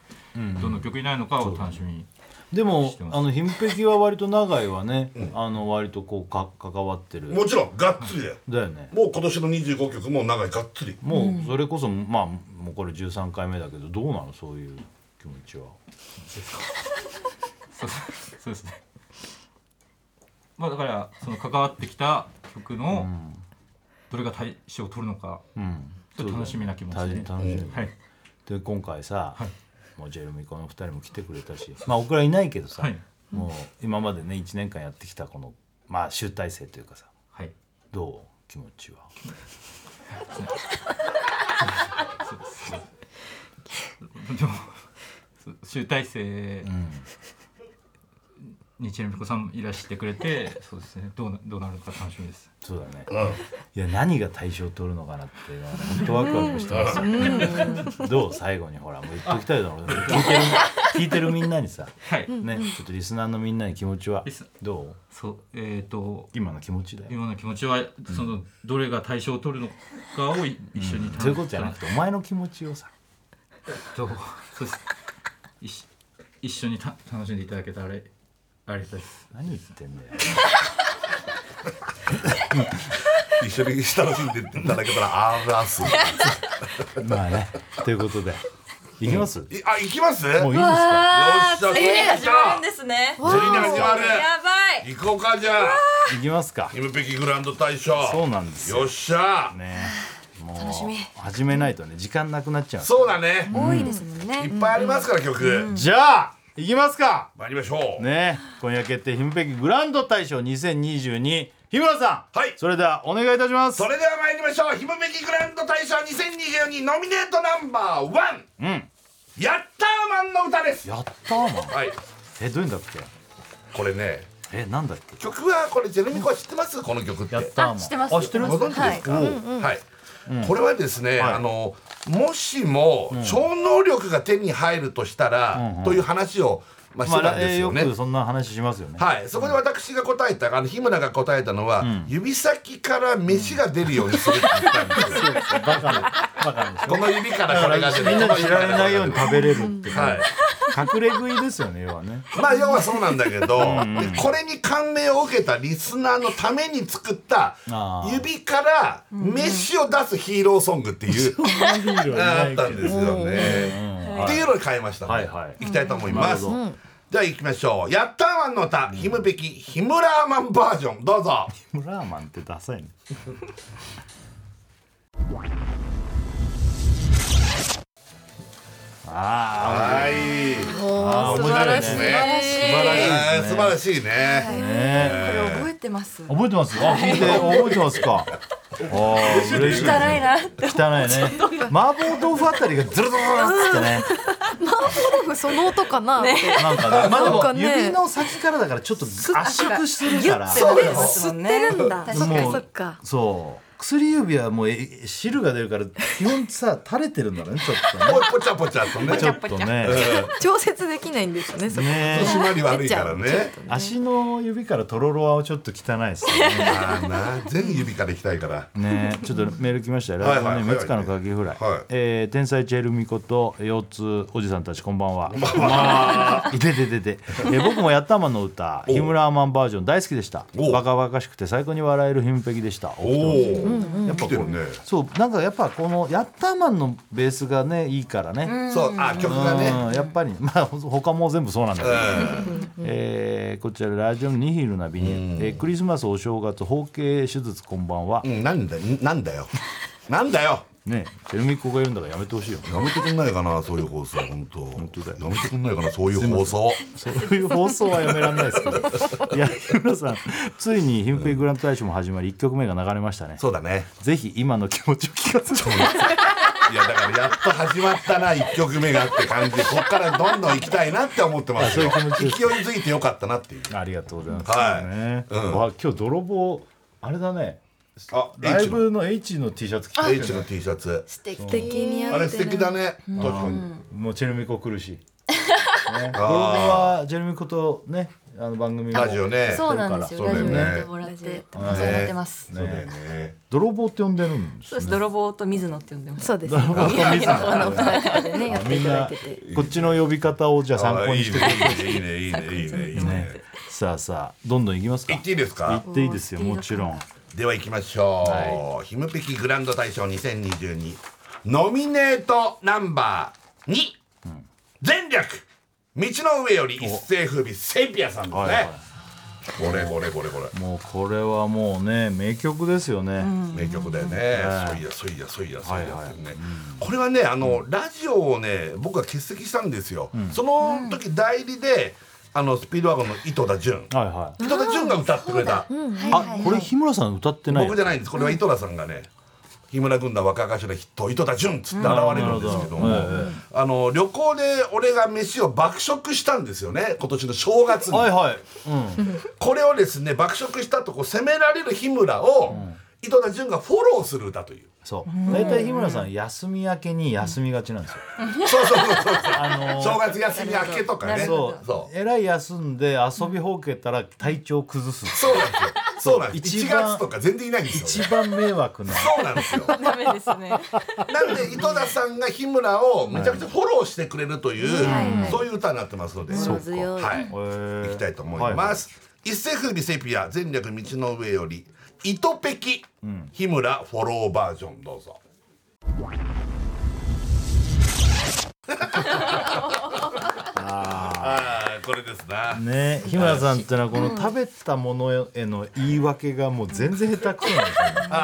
どの曲になるのかを楽しみに。でもてますあの貧碧は割と長井はね、あの割とこうか関わってるもちろんがっつりだよだよねもう今年の25曲も長いがっつりもうそれこそ、まあもうこれ13回目だけどどうなのそういう気持ちはそうそうですね。まあだからその関わってきた曲のどれが大賞を取るのか、うんちょっと楽しみな気持ち楽しでみ。楽しみ、はい。で今回さ、もうジェルミコの2人も来てくれたし まあ僕らいないけどさ、はいもう今までね1年間やってきたこのまあ集大成というかさはい。どう気持ちはそうです。でも そう集大成にちなみこさんもいらしてくれて、そうですね。どうなどうなるのか楽しみです。そうだね、いや何が大賞取るのかなっていうのは本当ワクワク してますよ、どう最後にほらもう言っておきたいだろうね聞いてる 聞いてるみんなにさはい。ね、ちょっとリスナーのみんなに気持ちはリスどうそうえっ、と今の気持ちだよ今の気持ちはそのどれが対象を取るのかをい一緒に楽しそういうことじゃなくてお前の気持ちをさとそうです一緒一緒にた楽しんでいただけたらありがたいです。何言って んだよ一緒に楽しんでいただけたらあーらすいまあねということ でいきます、あ行きますよっしもういいですかゃそれええじ始まるゃんですね。あ釣りに始まるやばい。行こうかじゃあいきますかイムペキグランド大賞そうなんですよよっしゃねもう楽しみ始めないとね時間なくなっちゃうそうだね多いですもんいね。っぱいありますから曲じゃあいきますか参りましょうね今夜決定ひむぺきグランド大賞2022日村さんはいそれではお願いいたしますそれでは参りましょう「ひむべきグランド大賞2022」ノミネートナンバーワンうんヤッターマンの歌ですやったーマンはいえどういうんだっけこれねえなんだっけ曲はこれジェルミコは知ってますこの曲ってやったーマン知ってますあ知ってるご存知ですか、はい、これはですね、はいあのもしも超能力が手に入るとしたら、という話を、まあ、しまてたんあ、ですえよよね。くそんな話しますよねはい、そこで私が答えたあの日村が答えたのは、指先から飯が出るようにするって言ったんですよ、バカでバカでしょこの指からこれが出るみんなに知られないようにこの食べれるっていう指からこれが出るはい隠れ食いですよね要はねまあ要はそうなんだけどでこれに感銘を受けたリスナーのために作ったあー指から飯を出すヒーローソングっていうあったんですよね。っていうのに変えましたので、はいはいいきたいと思います。うんなでは行きましょう。やったーマンの歌、ひむべきヒムラーマンバージョン、どうぞ。ラーマンってダサいねあはい。おーー素晴らしい面白いねえー素晴らしいね。あねこれ覚えてますえ覚えてますあ聞いて覚えてますかああ嬉しい汚いなって汚いね麻婆豆腐あたりがズルズルズルってねその音かなって、なんかねまあでなもんかね指の先からだからちょっと圧縮するからそう覚で。えてますすもん吸っねてるんだ確かそっもかうそっかそう薬指はもうえ汁が出るから基本さ垂れてるんだねちょっとねぽちゃぽちゃとね。ちょっとね調節できないんですよねそこね締まり悪いからね。足の指からとろろはちょっと汚いです よねあーなあ、全指から行きたいから。ねえちょっとメール来ましたよ。はいはラいジはオネームいいつかのカキフライ。はいえー天才チェルミコと腰痛おじさんたちこんばんは。こんばん いてててて。えー僕もやったまの歌おヒムラーマンバージョン大好きでしたお。バカバカしくて最高に笑えるヒムペキでした。おお、やっぱ来てこるうね。そうなんかやっぱこのやったまんのベースがねいいからね。そう、あ、曲がね。うんやっぱりまあほ他も全部そうなんだけど。えーこちらラジオのニヒルなビニール、えークリスマスお正月包茎手術こんばんはう、ん、うんなんだ、なんだよ。なんだよ。ねチェルミコがいるんだからやめてほしいよ ねやめてくんないかな、そういう放送、本当。本当だよやめてくんないかな、そういう放送。そういう放送はやめられないです けど。いや、日村さん、ついに「貧平グランプ大賞」も始まり、1曲目が流れましたね。そうだね。ぜひ今の気持ちを聞かせてもらいたいいや、だから、やっと始まったな、一曲目がって感じで、こっからどんどん行きたいなって思ってますよ。勢いづいてよかったなっていう。ありがとうございます。はいそうねうんわ今日泥棒、あれだね。あ、ライ H の。ブの H の T シャツ着てる H の T シャツ。素敵素敵にあ合れっ素てる敵だね。確かに。もうチェルミコ来 るし。ね、泥棒あはチェルミコとね、あの番組もラジオね。そうなんですよそうラだジよオねやってもらってねそうやってますそうだよね。泥棒って呼んでるんですそうです泥棒と水野って呼んでますそうですね棒と水野あのお二方でねやってみいんただなけてこっちの呼び方をじゃあ参あー考にいいしてくださいね、いいね、いいね、いいね、いいね。さあさあどんどんいきますか行っていいです行かっ。ていいですよもちろんでは行きましょう。ひむぺきグランド大賞2022ノミネートナンバー2全力道の上より一世風靡セピアさんですはいね。これこれこれこれもうこれはもうね名曲ですよね、名曲だよね。そういやそういやそういやそういやはいはいね。これはねあのラジオをね僕は欠席したんですよ。その時代理であのスピードワゴンの井戸田潤はいはい井戸田潤が歌ってくれた。あこれ日村さん歌ってない僕じゃないんですこれは井戸田さんがね日村軍団若頭筆頭井戸田潤っつって現れるんですけども、なるほどえあの旅行で俺が飯を爆食したんですよね今年の正月に、はいはい これをですね爆食したとこう責められる日村を、井戸田潤がフォローする歌というそう大体日村さん休み明けに休みがちなんですよ、そうそうそう そう、あの正月休み明けとかねそそううそうえらい休んで遊びほうけたら体調崩すなんですよそうなんです一1番月とか全然いないんです一よ、ね、番迷惑なそうなんですよダメですねなんで井戸田さんが日村をめちゃくちゃフォローしてくれるという、そういう歌になってますので、心強いはい、ーいきたいと思います、一世風靡セピア全略道の上より糸ペキ、日村フォローバージョンどうぞああこれですな、ね日村さんってのはこの食べたものへの言い訳がもう全然下手くそ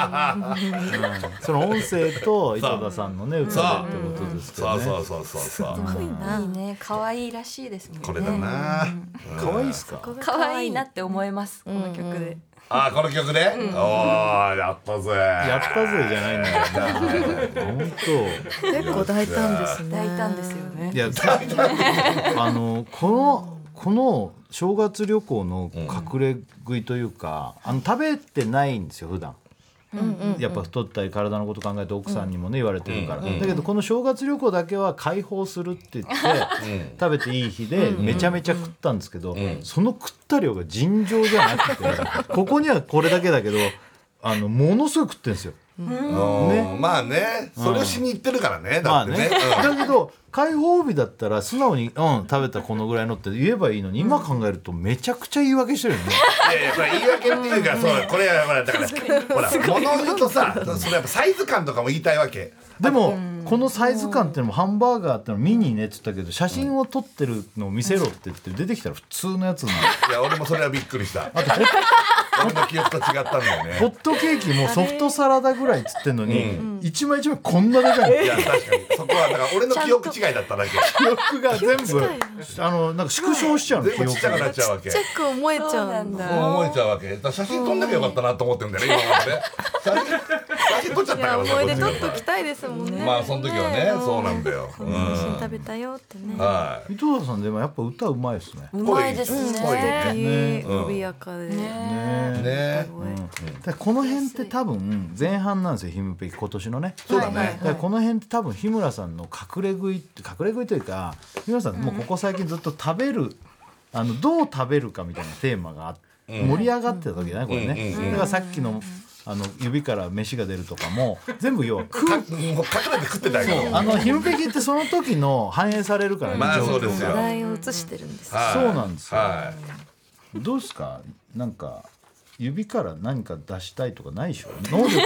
なんですよね、うんその音声と井戸田さんのね歌でってことですけそどうねそうそうそうそういいね可愛いらしいですねこれだな、可愛いっすか可愛いなって思いますこの曲でああこの曲ね、おおやったぜやったぜじゃないんだ よ。本結構大胆ですね大胆ですよね当。 いや、あの、この、この正月旅行の隠れ食いというか、あの食べてないんですよ、普段。やっぱ太ったり体のこと考えて奥さんにもね言われてるから、だけどこの正月旅行だけは解放するって言って、食べていい日でめちゃめちゃ食ったんですけど、その食った量が尋常じゃなくて、ここにはこれだけだけどあのものすごい食ってるんですようんまあねそれをしに行ってるからねだっまあてねねだけど開放日だったら素直に「うん食べたこのぐらいの」って言えばいいのに今考えるとめちゃくちゃ言い 訳してるよねいやいやこれ言い訳っていうかそうこれはほらだからほら物言うとさそれやっぱサイズ感とかも言いたいわけでもこのサイズ感っていうのもハンバーガーっていうの見にねって言ったけど写真を撮ってるのを見せろって言って出てきたら普通のやつなのいや俺もそれはびっくりした俺の記憶と違ったんだよホねットケーキもソフトサラダぐらいっつってんのに一枚一枚こんなでかいのいや確かにそこはだから俺の記憶違いだっただけ記憶が全部あのなんか縮小しちゃうの記全部ち憶っちゃくなっちゃうわけちっちゃく思えちゃうんだ。そう思えちゃうわけだから写真撮んなきゃよかったなと思ってるんだよね今までね写真写真撮っちゃっいたかやら思い出取っときたいですもんね。まあその時はねそうなんだよこんな写真食べたよってね。は伊藤田さんでもやっぱ歌うまいですねうまいですぽいね。ねね、伸びやかで。いねねだからこの辺って多分前半なんですよヒムペキ今年のねそうだだねからこの辺って多分日村さんの隠れ食いって隠れ食いというか日村さんもうここ最近ずっと食べるあのどう食べるかみたいなテーマがあ盛り上がってた時だねこれねうんうんうんだからさっきのあの指から飯が出るとかも全部要は食うかもう隠れて食ってたけどあのヒムペキってその時の反映されるからねまあ情報そうですよ話は題を映してるんです。いそうなんですよはいどうですかなんか指から何か出したいとかないでしょ能力い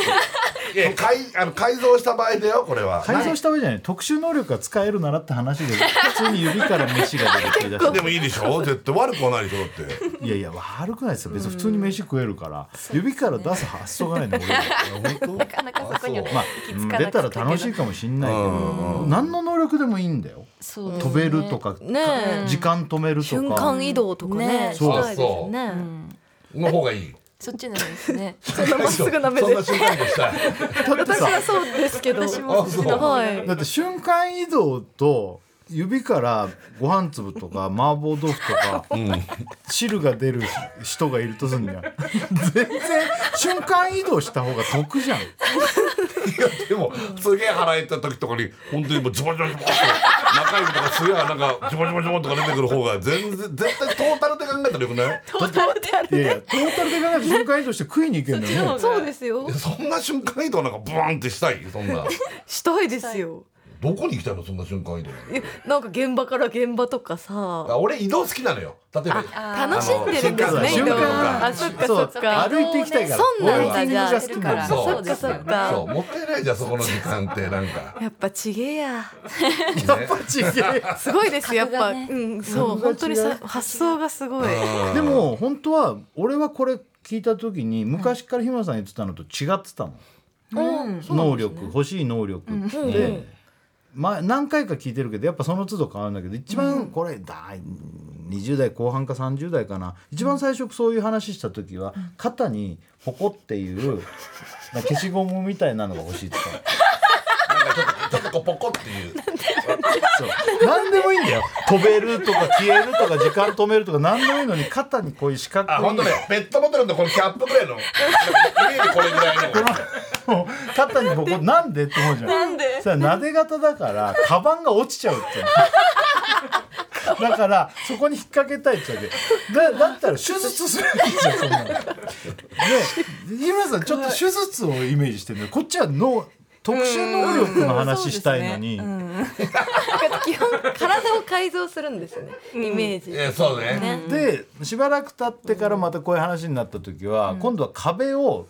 や改あの改造した場合だよこれは改造したわけじゃない特殊能力が使えるならって話 で普通に指から飯が出てきて出しでもいいでしょ絶対悪くはないでしょだってていやいや悪くないですよ別に普通に飯食えるから指から出す発想がないんだ俺 はなかなかそこにはまあきう着んかな出たくたらけど楽しいかもしんないけど何の能力でもいいんだよそうですね飛べるとかねえ時間止めると瞬か間移動とかねね。したいですよね。の方がいいそっちの方がいいですね。そんなまっすぐな目そんでな。瞬間移動したいだって 私さはそうですけど。私もそっちの方がはい。だって瞬間移動と指からご飯粒と か麻婆豆腐とか、汁が出る人がいるとすんじゃん全然瞬間移動した方が得じゃんいやでもすげえ腹減った時とかに本当にもうジョボジョボジョボって中指とかすげえなんかジョボジョボジョボとか出てくる方が全然絶対トータルで考えたらよくないいやいやトータルで考えて瞬間移動して食いに行けるんだよねそうですよえ。そんな瞬間移動なんかブワンってしたいそんなしたいですよ。どこに行きたいのそんな瞬間移動いやなんか現場から現場とかあさ。俺移動好きなのよ例えば楽しんでるんですあのね。移瞬瞬動間移動間かあ、そっかそっか。歩いていきたいからそうなんだウォーキングが好きなんだじゃあそうそっかそっそうか。もったいないじゃんそこの時間ってなん か、やっぱちげえや。ね、すごいですやっ格ぱ。がうねん、そう格が違う本当にさ発想がすごい。でも本当は俺はこれ聞いた時に昔から日村さん言ってたのと違ってたの、能力、欲しい能力って、まあ、何回か聞いてるけどやっぱその都度変わるんだけど一番これだ20代後半か30代かな一番最初そういう話した時は肩にポコっていうなんか消しゴムみたいなのが欲しいって言ってたのなんかちょっとちょっとこうポコっていうそう何でもいいんだよ飛べるとか消えるとか時間止めるとか何でもいいのに肩にこういう四角あ本当いねペットボトルのこのキャップぐ らいのなんかイメージこれぐらいのもう肩にここなんでって思うじゃんなんでさなで型だからカバンが落ちちゃうっていうのだからそこに引っ掛けたいって言うわけだだったら手術するんですよそんなので日村さんちょっと手術をイメージしてるのこっちは脳特殊能力の話したいのに、なんか基本体を改造するんですよね。イメージ。えそうねでしばらく経ってからまたこういう話になった時は、今度は壁を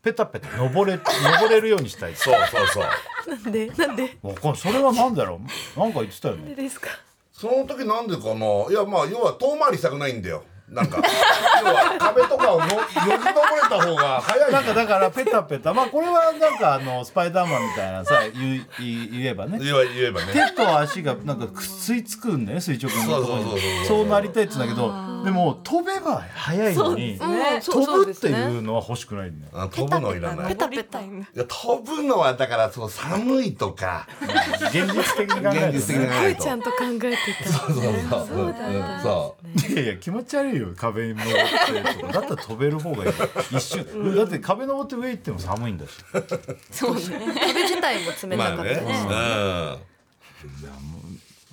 ペタペタ登れ 登れるようにしたいそうそうそうなんでなんでわかんそれは何だろうなんか言ってたよねですか。その時なんでかないやまあ要は遠回りしたくないんだよなん か要は壁とかをのよじ登れた方が早いなんかだからペタペタまあこれはなんかあのスパイダーマンみたいなさ言い言い言えばね言えば言えばね手と足がなんかくっついつくんだよね垂直のところそうそうそうにそうそうなりたいっつうんだけどでも飛べば早いのにね飛ぶっていうのは欲しくないんだよあ飛ぶのいらないペいタペタ。や飛ぶのはだからその寒いと か現実的に考え現実的るとに考ね声えるとちゃんと考えて そうそうそうそう,、ん、そういやいや気持ち悪いよ壁に登ってとかだったら飛べる方がいい一瞬だって壁登って上行っても寒いんだした。壁自体も冷たまかあったね。ね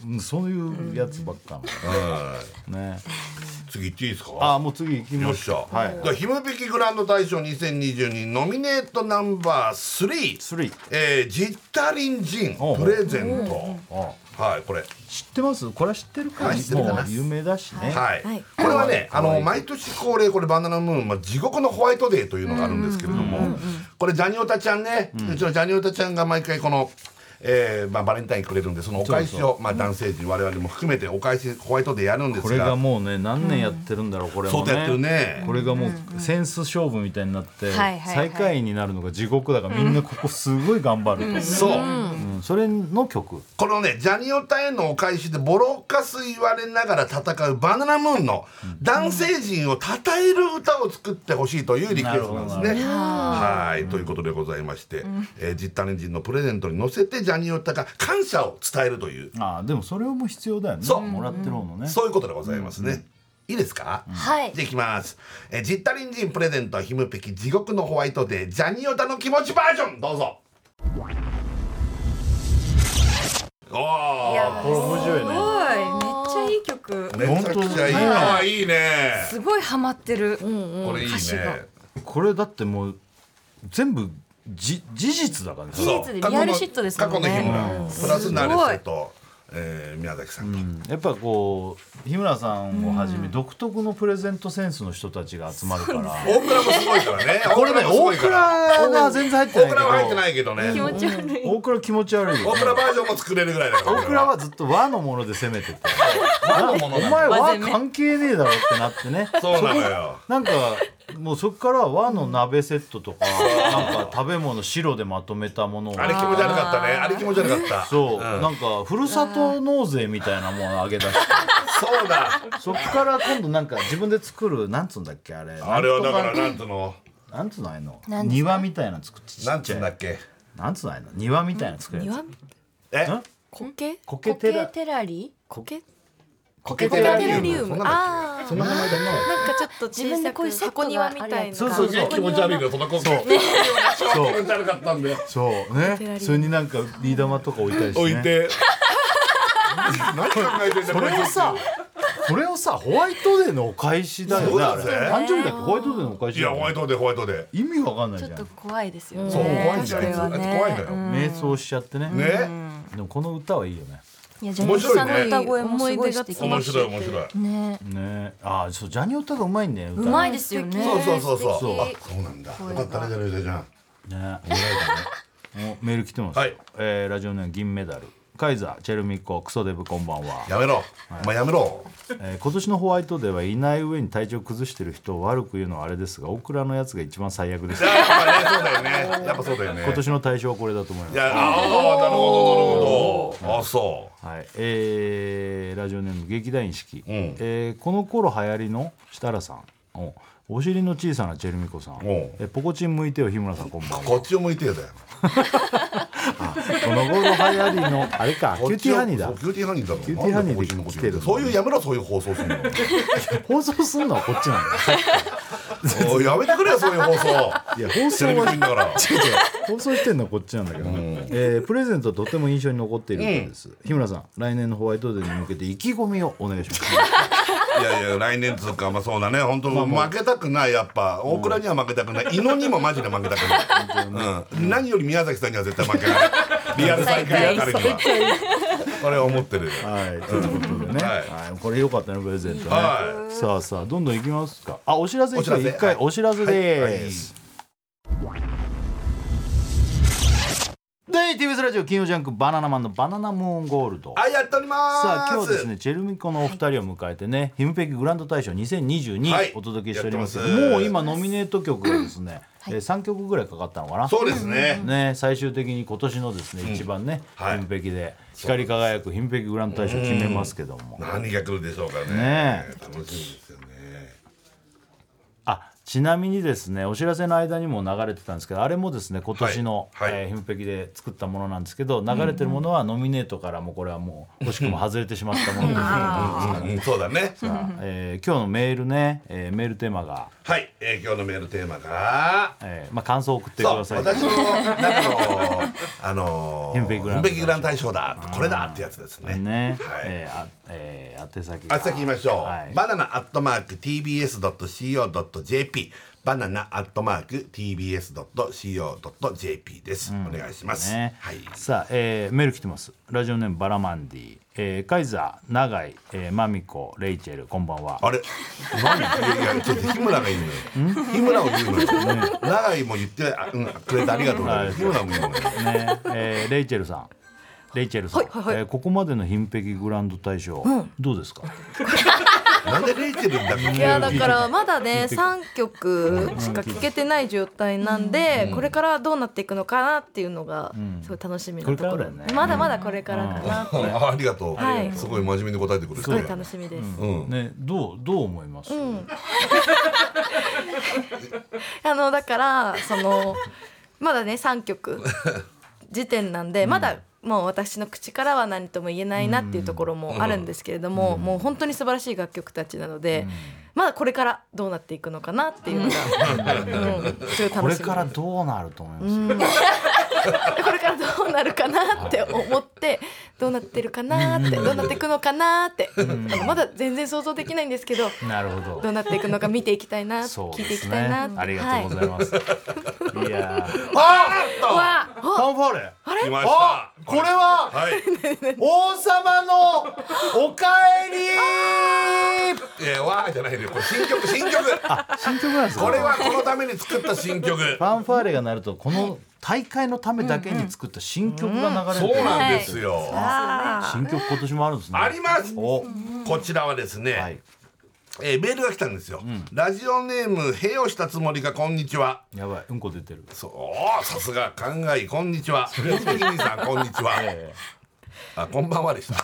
うんそういうやつばっかはいなのね次行っていいですかああもう次行きよまっししゃ、ょうははいい、ひむべきグランド大賞2022ノミネートナンバー3スリーえー、ジッタリンジンおうプレゼントあはいこれ知ってますこれは知ってるかはい知ってるかなもう有名だしね、はい、はいこれはね、あ可の愛い毎年恒例これバナナムーン、まあ、地獄のホワイトデーというのがあるんですけれども、これジャニオタちゃんね、うちのジャニオタちゃんが毎回この、えーまあ、バレンタインくれるんでそのお返しをまあ、男性陣我々も含めてお返しホワイトデーやるんですこがれがもうね何年やってるんだろう、これもねそうだやってるねこれがもうセンス勝負みたいになってはいはいは最い下位になるのが地獄だからみんなここすごい頑張ると、そう、うんそれの曲このねジャニオタへのお返しでボロカス言われながら戦うバナナムーンの男性陣を称える歌を作ってほしいというリクエストなんですね。はいということでございまして、えー、実タレンジンのプレゼントに乗せてジャニオタが感謝を伝えるという、ああでもそれも必要だよねそうもらってる方のねそういうことでございますね。いいですか、はいじゃあいきます。えー、ジッタリンジンプレゼントヒムペキ地獄のホワイトデージャニオタの気持ちバージョンどうぞ。おーこれ面白いねはいめっちゃいい曲めちゃくちゃいい。本当だねああいいね。すごいハマってる、これいいね歌詞が。これだってもう全部じ事実だからね事実でリアルシットですもんね過去の日村プラスナレスと、えー、宮崎さんと。やっぱこう日村さんをはじめ独特のプレゼントセンスの人たちが集まるから大倉もすごいから ね。これね大倉大もすごいから倉が全然入ってない大け倉どは入ってないけどね。気持ち悪い、大倉気持ち悪いよ大倉バージョンも作れるぐらいだから。大倉はずっと和のもので攻めてて和のものおなの前和和攻め関係ねえだろってなってねそうなのよ。なんかもうそこから和の鍋セットとかなんか食べ物白でまとめたものをあれ気持ち悪かったね。あれ気持ち悪かった。そう、んなんかふるさと納税みたいなものをあげ出 してそうだ。そこから今度なんか自分で作るなんつうんだっけあれあれはだからななんんとつうの、かなんつうのああいうのなんです庭みたいなの作ってちっちゃいなんつうんだっけ。なんつうのああいうの庭みたいなの作るやつ庭え、ん苔苔テラテラリ苔苔コケテラリウそんムなのああーその名前だね。なんかちょっと小自分さでくこういうセット箱が庭みたいなそうそうそう気持ち悪いけどその子。そう超気持ち悪かったんだよ。そうねそれになんかビー玉とか置いたりして、置ね、いて。 何考えてんだよそれをさ、それをさ、ホワイトデーのお返しだよね。あれそうだぜ誕生日だっけ、ホワイトデーのお返しいだやよね。ホワイトデーホワイトデー。意味わかんないちじょゃっん。と怖いですよねそう怖いんだそよれはね怖いんだようん瞑想しちゃってね。ね、でもこの歌はいいよね。いやジャニーさんの面白いね歌声もすごい素敵面白い面白い。ねね、あ、そうジャニオタがうまいんだよ。歌うねまいですよねそうそうそうそう。そうあ、そうなんだ。よかったねじゃあじゃあじゃあ。ね。 おメール来てます。はいえーラジオネーム銀メダル。カイザーチェルミコクソデブこんばんは、やめろ。お前やめろ。えー今年のホワイトデーはいない上に体調崩してる人を悪く言うのはあれですが大倉のやつが一番最悪でしじゃたあやっぱねそうだよね。やっぱそうだよね。今年の対象はこれだと思いますいやああなるほどなるほど。あそはいえーラジオネーム劇団四季、んえーこの頃流行りの設楽さんおお尻の小さなチェルミコさんおえポコチン向いてよ日村さんこんばんう。はこっちを向いてよだよ。この頃流行りのあれかキこュっーティちをーハニーだそうキューティーハニーだろ。キューティーハなニーでんこっちのこと言って来てるる。そういうやめろそういう放送するの。放送すんのはこっちなんだおいやめてくれよそういう放送。いや放送テレビは見んだから。違う違う放送してんのはこっちなんだけど、ねえープレゼントとても印象に残っているようです、日村さん来年のホワイトデーに向けて意気込みをお願いしますいやいや来年つうかまあそうだね本当、負けたくないやっぱ大倉には負けたくない伊野にもマジで負けたくない、うん、何より宮崎さんには絶対負け ないリアルサイクルやからにはこ れは思ってるはい、ということでね、はいはい、これ良かったね、プレゼントね。はさあさあ、どんどん行きますか。あ、お知らせ一お知らせ回お知らせです。で、TBS ラジオ金曜ジャンクバナナマンのバナナムーンゴールド。はいやっておりますさあ今日はですねチェルミコのお二人を迎えてね、ヒムペキグランド大賞はい2022お届けしております,、やってますもう今ノミネート曲がですね、えー、3曲ぐらいかかったのかなそうですね、ね、最終的に今年のですね、一番ね、はい品璧で光り輝く品璧グランド大賞決めますけども、何が来るでしょうかねね楽しみですよねあちなみにですねお知らせの間にも流れてたんですけどあれもですね今年の「はいはいえーひむぺき」で作ったものなんですけど流れてるものはノミネートからもこれはもう惜しくも外れてしまったものです うんうんうんそうだねが、えー今日のメールね、えーメールテーマが、はい、えー今日のメールテーマがえーまあ、感想を送ってくそうださい私の中のあのーヒムペキグランドヒムペキグランド大賞だこれだってやつですねね、はいえーあえー宛先があ先言いましょう、はいバナナアットマーク TBS.CO.JP バナナアットマーク TBS.CO.JP です、お願いします、ねはいさあ、えーメール来てますラジオネームバラマンディ、えーカイザー永井、えーマミコレイチェルこんばんはあれ何いやいやちょっと日村がいいのよ日村を言うのよ長井も言ってあうんくれてありがとうございます日村も言うのよねえーレイチェルさんレイチェルさん、はいはいはいえーここまでの品璧グランド大賞、どうですかなんでレイチェルだけいやだからまだね3曲しか聴けてない状態なんでこれからどうなっていくのかなっていうのがすごい楽しみなとここれからろだよねまだまだこれからかなってあありがとう、はいすごい真面目に答えてくれてすごい楽しみです。うんねどうどう思います、あのだからそのまだね3曲時点なんでまだもう私の口からは何とも言えないなっていうところもあるんですけれども、もう本当に素晴らしい楽曲たちなので、まだこれからどうなっていくのかなっていうのが、うん、すごい楽しみこれからどうなると思います、これからどうなるかなって思ってどうなってるかなってどうなっていくのかなってあのまだ全然想像できないんですけどなるほどうなっていくのか見ていきたいなそう聞いでていすきねたいなってありがとうございます、い、やーあはいあわあカンファーレ来ましたあこれははい、王様のおかえりえー、わーじゃないのよこれ新曲新曲新曲なんですかこれはこのために作った新曲ファンファーレが鳴るとこの大会のためだけに作った新曲が流れてそる、うなんですよ、新曲今年もあるんですねありますおこちらはですね、はいえーメールが来たんですよ、ラジオネーム「へをしたつもりがこんにちはやばいうんこ出てる」そうおーさすが考えこんにちは鈴木兄さんこんにちは、あこんばんはでした。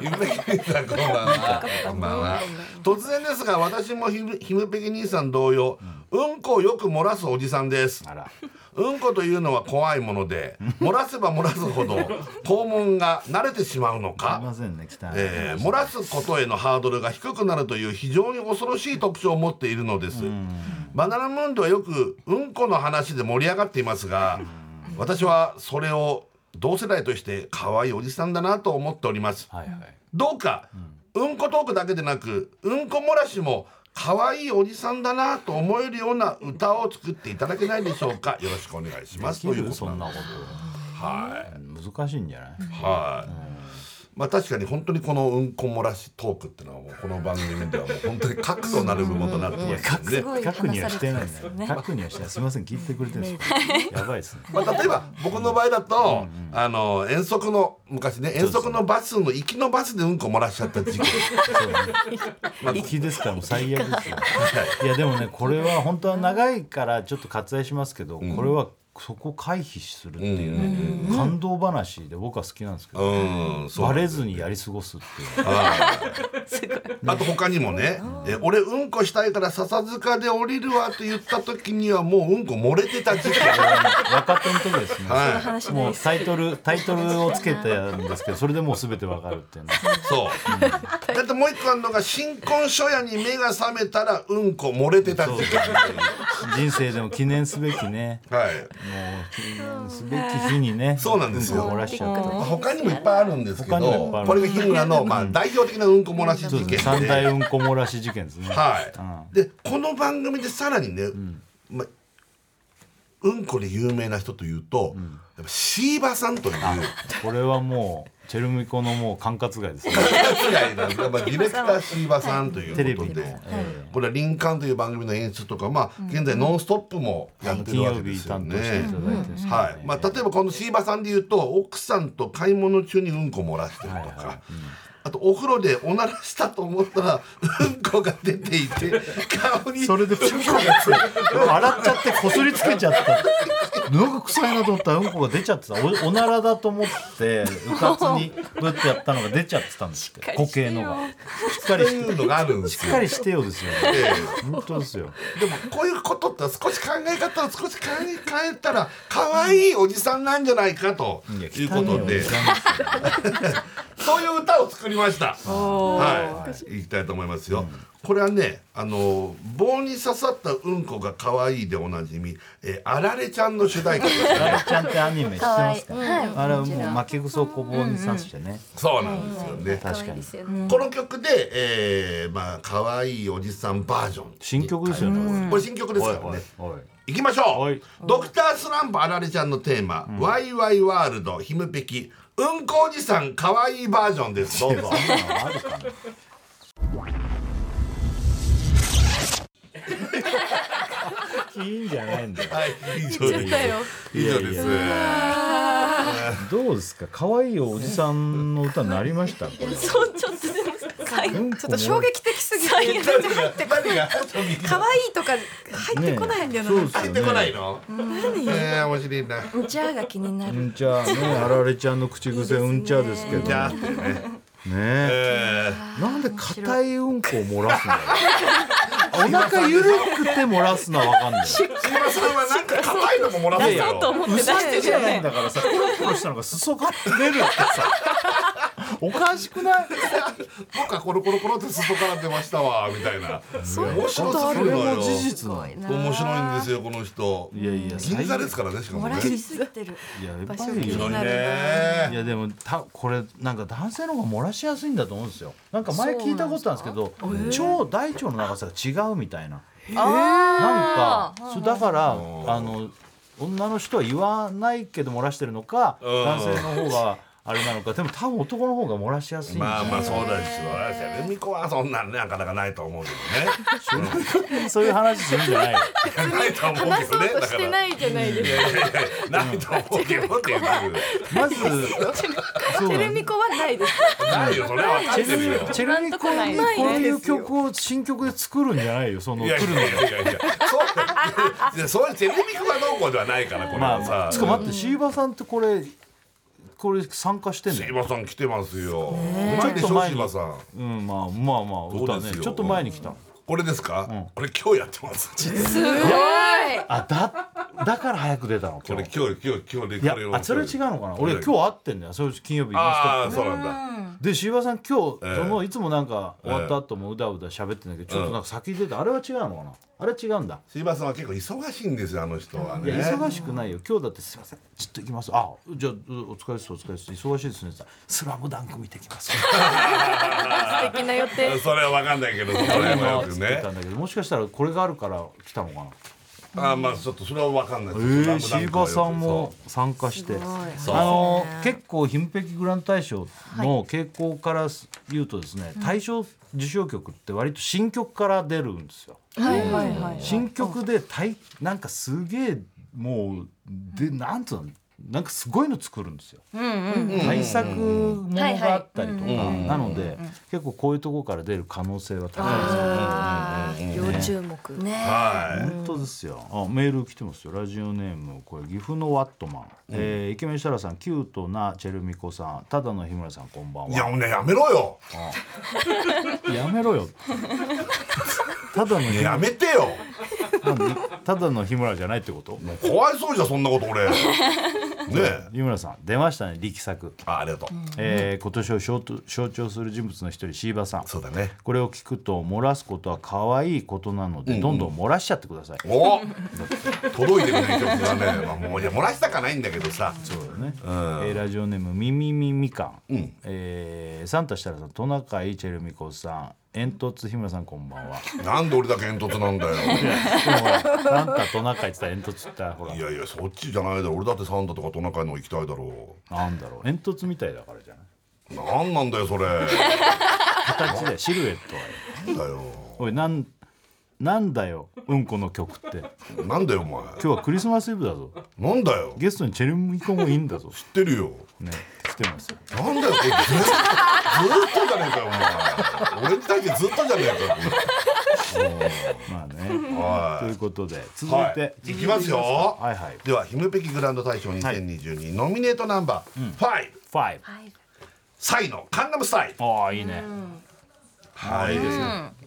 ゆめき兄さんこんばんは。こんばんは。突然ですが私もひむひむぺき兄さん同様、うんこをよく漏らすおじさんです。あらうんこというのは怖いもので、漏らせば漏らすほど肛門が慣れてしまうのすいまか。せんね汚い、えー漏らすことへのハードルが低くなるという非常に恐ろしい特徴を持っているのです、バナナムーンではよくうんこの話で盛り上がっていますが、私はそれを同世代として可愛いおじさんだなと思っておりますはいはいどうか、うん、こトークだけでなくうんこ漏らしも可愛いおじさんだなと思えるような歌を作っていただけないでしょうかよろしくお願いしますということそなんんでなこはいと難しいんじゃないはい、まあ確かに本当にこのうんこ漏らしトークってのはもうこの番組ではもう本当に核となる部門となってますんで、すごい確には話しさてれないねてますよね。確にはしてないすいません聞いてくれてるんですかやばいですねまあ例えば僕の場合だと、あの遠足の昔ね遠足のバスの行きのバスでうんこ漏らしちゃった時期、まあ行きですからもう最悪ですよいやでもねこれは本当は長いからちょっと割愛しますけど、これはそこ回避するっていうね、感動話で僕は好きなんですけど、うんそうバレずにやり過ごすっていうあと他にもね「え俺うんこしたいから笹塚で降りるわ」と言った時にはもううんこ漏れてた時期、 若手の時ですね、はい話なもいうです。タイトルタイトルをつけたんですけどそれでもう全てわかるっていうねそう。だってもう一個あるのが新婚初夜に目が覚めたらうんこ漏れてた時期。人生でも記念すべきねはい。もう記念すべき日にねそうなんですよ漏らしちゃうとまあ他にもいっぱいあるんですけ他にもいっどぱいあ、るこれが日村のまあ代表的なうんこ漏らし事件で、三大うんこ漏らし事件ですねはい。でこの番組でさらにね、まあうんこで有名な人というと、やっぱシーバさんという。これはもうチェルミコのもう管轄外で すねいやいやまあディレクター椎葉さんというテレこビとので、えこれは「林間」という番組の演出とか、まあ、現在「ノンストップ!」もやって金るわ曜けで日すよ担ね。当していただいてるんですけどねはいまあ、例えばこの椎葉さんで言うと奥さんと買い物中にうんこ漏らしてるとか、あとお風呂でおならしたと思ったらうんこが出ていて顔にそれでプチコがつい洗っちゃってこすりつけちゃったなんか臭いなと思ったらうんこが出ちゃってたおおならだと思ってうかつにぶってやったのが出ちゃってたんですって固形のがしっかりそういしうてのがあるんですしっよかりしてよですよねえ本当ですよえでもこういうことって少し考え方を少し変え変えたら可愛いおじさんなんじゃないかということでそういう歌を作りま した。はい、いきたいと思いますよ。これはね、あの棒に刺さったうんこが可愛いでおなじみ、えーあられちゃんの主題歌ですあね。れちゃんってアニメ知ってますかはいあれはもちうろん巻きぐそを小棒に刺してね そうなんですよね。確かにですよ ね。この曲で、えー、まあ可愛いおじさんバージョン。新曲ですよねこれ新曲ですおいからおいね。おいいきましょはうい。ドクタースランプあられちゃんのテーマ、ワイワイワールドひむぺきうんこおじさん可愛いバージョンです。どうぞ。あるかなキーンじゃないんだよはい、以上言っちゃったよです。以上です。どうですか可愛いおじさんの歌になりましたこれそうちょっとでも最ちょちょっと衝撃的すぎて全然入ってこない。何が可愛いとか入ってこないんだよな。そうですよ入ねってこないの？ええ面白いな。後じゃあが気になうるんちゃねあられちゃんの口癖うんちゃですけどじゃあねえなんで硬いうんこを漏らす んだろうお腹緩くて漏らすのはわかんない木村さんはなんか硬いのももらすだろ思って出してるよねだからさコロコロしたのが裾が出るってさおかしくない僕はコロコロコロって外から出ましたわみたいな面白すそぎるれのよも事実なのい面白いんですよこの人やいや銀座ですからねしかも漏ねらしすぎてるいややっぱり非常に いねやでもたこれなんか男性の方が漏らしやすいんだと思うんですよなんか前聞いたことあるんですけど腸大腸の長さが違うみたいななんかそうだからあの女の人は言わないけど漏らしてるのかん男性の方があれなのかでも多分男の方が漏らしやすいんですよまあまあそうだしそうだしルミ子はそんなんねなかなかないと思うけどねそういう話するんじゃないよ うんないと思う話けそどねうとだしかてらないじゃないですいか。やいやいやないと思うけどっていう まずそうテなレんミですコはないです。ないよそれは分かっチてェルるミよチェルミコにないこういう曲を新曲で作るんじゃないよそのい来やいやるいのやいやいやそういやそういうテレビ局はどうこうではないからこれまあはまさあ、つか待って、シーバさんってこれ、これ参加してんの柴さん来てますよ。うまちょいっでしとょ前に柴さん。うん、まあまあまあ、歌そうねです、よちょっと前に来た。これですか？これ今日やってます。あ、だ、だから早く出たの。こ今れ日今日今日今日いでやこれ、を。あ、それは違うのかな。れ俺、今日会ってんだよ、それ金曜日。ああそうなんだ。で、シーバさん、今日、ええそのいつもなんか、終わった後もうだうだ喋ってんだけど、ちょっとなんか先に出た、あれは違うのかな。あれは違うんだ。柴さんは結構忙しいんですよあの人はいねや。忙しくないよ今日だってすいませんちょっと行きますあじゃあお疲れですお疲れです忙しいですねって言ったらスラムダンク見てきます素敵な予定。それは分かんないけ どそれ今は作ってねた。んだけどもしかしたらこれがあるから来たのかなあーまあちょっとそれは分かんないでえす。ー、スシラムダンークはバさんも参加して、そうあの結構「貧碧グランド大賞」の傾向から言うとですね、大賞受賞曲って割と新曲から出るんですよ。はいはいはい新曲で大なんかすげえもうでなんつうのなんかすごいの作るんですよ。対策ものがあったりとか、なので、結構こういうところから出る可能性は高いですよね。あー要注目。ねは本当ですよあメール来てますよラジオネームこれ岐阜のワットマン、えーイケメン設楽さんキュートなチェルミコさんただの日村さんこんばんい。いやはもうねやめろよやめろよ ただの日や村めてよただの日村じゃないってことねかわいそうじゃんそんなこと俺 ねえ日村さん出ましたね力作、あありがとうえー今年を象徴象徴する人物の一人椎葉さんそうだねこれを聞くと漏らすことは可愛いことなので、どんどん漏らしちゃってくださいお届いてくれる曲が ね、まあ、もういや漏らしたかないんだけどさそうだね、えーラジオネームみみみみかん、えーサンタ設楽さんトナカイチェルミコさん煙突日村さんこ んばんはなんで俺だけ煙突なんだよでもほらサンタトナカイって言ったら煙突って言ったらほらいやいやそっちじゃないだろ俺だってサンダとかトナカイの方行きたいだろなんだろう煙突みたいだからじゃないうなんなんだよそ れなんだ形でシルエットはよおいなんなんだようんこの曲ってなんだよお前今日はクリスマスイブだぞなんだよ知っゲストにチェルミコもいいんだぞてるよね来てますよなんだよこれずっとずっとじゃねえかよお前俺に対してずっとじゃねえかよまあねはといいうことで続いはて、い、いきますよ。はいはいでは、ヒムペキグランド大賞2022、ノミネートナンバー5、ファイブサイのカンナムスタイル。ああいいねはい、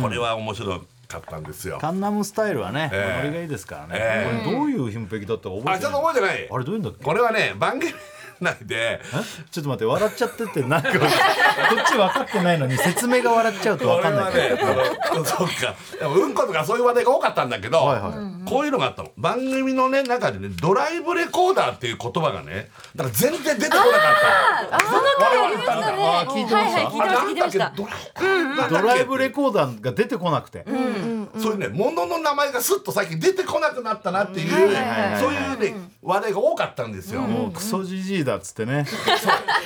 これは面白かったんですよ。カンナムスタイルはね、ええノリがいいですからね、えこれどういう品璧だったか覚えてないあ、ちょっと覚えてない。あれどういうんだっけこれはね、番組内で、えちょっと待って笑っちゃってってなんかこっち分かってないのに説明が笑っちゃうとこ分れかんなはいからね、あ のそうか、でもうんことかそういう話題が多かったんだけど、はいはいこういうのがあったの。番組のね、中でね、ドライブレコーダーっていう言葉がね、なんか全然出てこなかった。その回ありましたね。あ聞いてました、あれなんだっけ、ドラなんだっけドライブレコーダーが出てこなくて、そういうね、ものの名前がすっと最近出てこなくなったなっていう、そういうね、話題が多かったんですよ。もうクソじじいだっつってね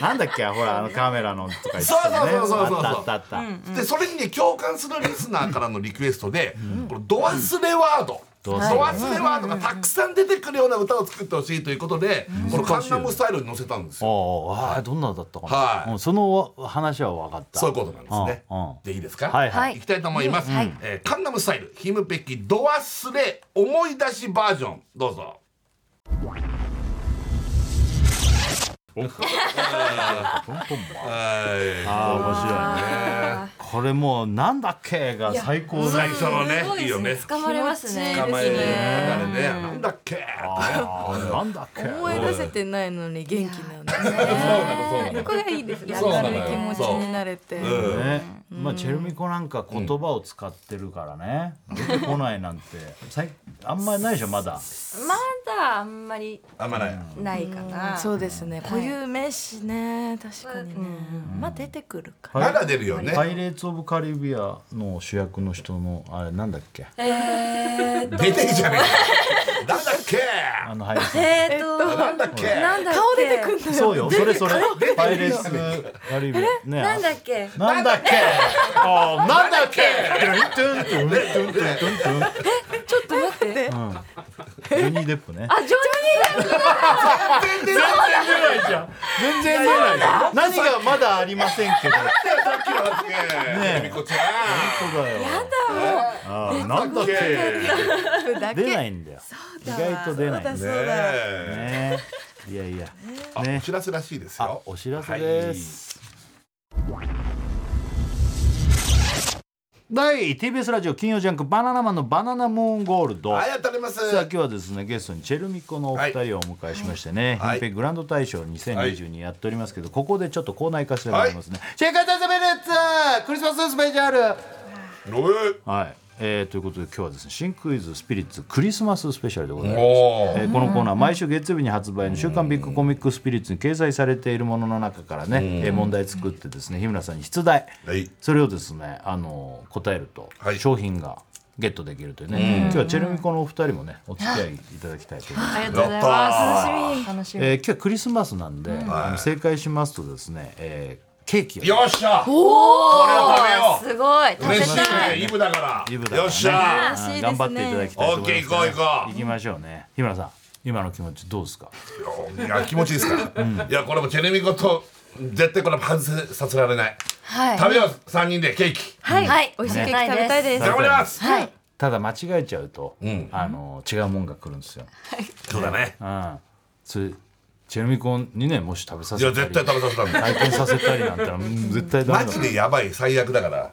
なんだっけほらあのカメラのとか言ってそうたねそうそうそうそうあったあったあった、で、それにね、共感するリスナーからのリクエストで、このド忘れワード。ドド忘れワードがたくさん出てくるような歌を作ってほしいということで、このカンナムスタイルに載せたんですよ。おーあーどんなだったかな、はいうんその話は分かったそういうことなんですねうんうん。で、いいですかはいはい行きたいと思います。えーカンナムスタイル、ヒムペキ、ド忘れ、思い出しバージョン、どうぞ。 はいああ面白いねこれもうなんだっけが最高だ最初のねすごいいいでよすねね捕まれますね捕まえいるいねねあれねなんだっけあーなんだっけ思い出せてないのに元気なんだねそうなのそうなのここがいいですねそうな明るのいよ気持ちになれてうんね、まあチェルミコなんか言葉を使ってるからね、出てこないなんて最あんまりないでしょまだまだあんまりあんまないないかな、そうですねい固有名詞ね確かにねまあ出てくるかまだ出るよねパイレーツ・オブ・カリビアの主役の人のあれなんだっけえー、出てるじゃねえかなんだっけあの俳優さんえーと、なんだっけなんだっけ顔出てくんだそうよそれそれ出てるパイレーツ・カリビアねなんだっけなんだっけあーなんだっけトゥントゥントゥントゥントゥントゥンちょっと待ってジョニー・デップねあ、ジョニー全然出ないじゃん全然出ないよ何がまだありませんけどさっきの話ねえみこちゃそうだよあーなんんだっけだけ出ないんだよ意外と出ないんだよねえねいやいやあねお知らせらしいですあよお知らせです、第 TBS ラジオ金曜ジャンク「バナナマンのバナナムーンゴールド」はいありがとうございさまあ今す日はですねゲストにチェルミコのお二人をお迎えしましてね「はいひんぺいグランド大賞2022」やっておりますけどここでちょっとコーナー行かせてもらいますね「シェイカータイズベルツクリスマススペシャル」おいはい、えーということで今日はですね新クイズスピリッツクリスマススペシャルでございますおーえーこのコーナー毎週月曜日に発売の「週刊ビッグコミックスピリッツ」に掲載されているものの中からね、えー問題作ってですね日村さんに出題はいそれをですね、あのー答えるとはい商品がゲットできるというね、今日はチェルミコのお二人もねお付き合いいただきたいと思います。ありがとうございます楽しみえー今日はクリスマスなんで、あの正解しますとですね、えーケーキをよっしゃこれを食べようすごい食べ嬉しいたねいイブだからイブだからねよっしゃ嬉しいですね頑張っていただきたいと思います、オッケー行こう行こう行きましょうね日村さん今の気持ちどうですかいや気持ちいいですから、いやこれもチェネミコと絶対これ反省させられないはい食べよう三人でケーキはい、はい、美味美味ししいいケケーーキ食キ食べたべたいいでですす頑張りますはいただ間違えちゃうと、んあの違うもんが来るんですよ、そうだねうん、それチェルミコンにねもし食べさいやせた絶対り食べさせたんだ体験させたりなんてのはうん絶対ダメマだジでやばい最悪だから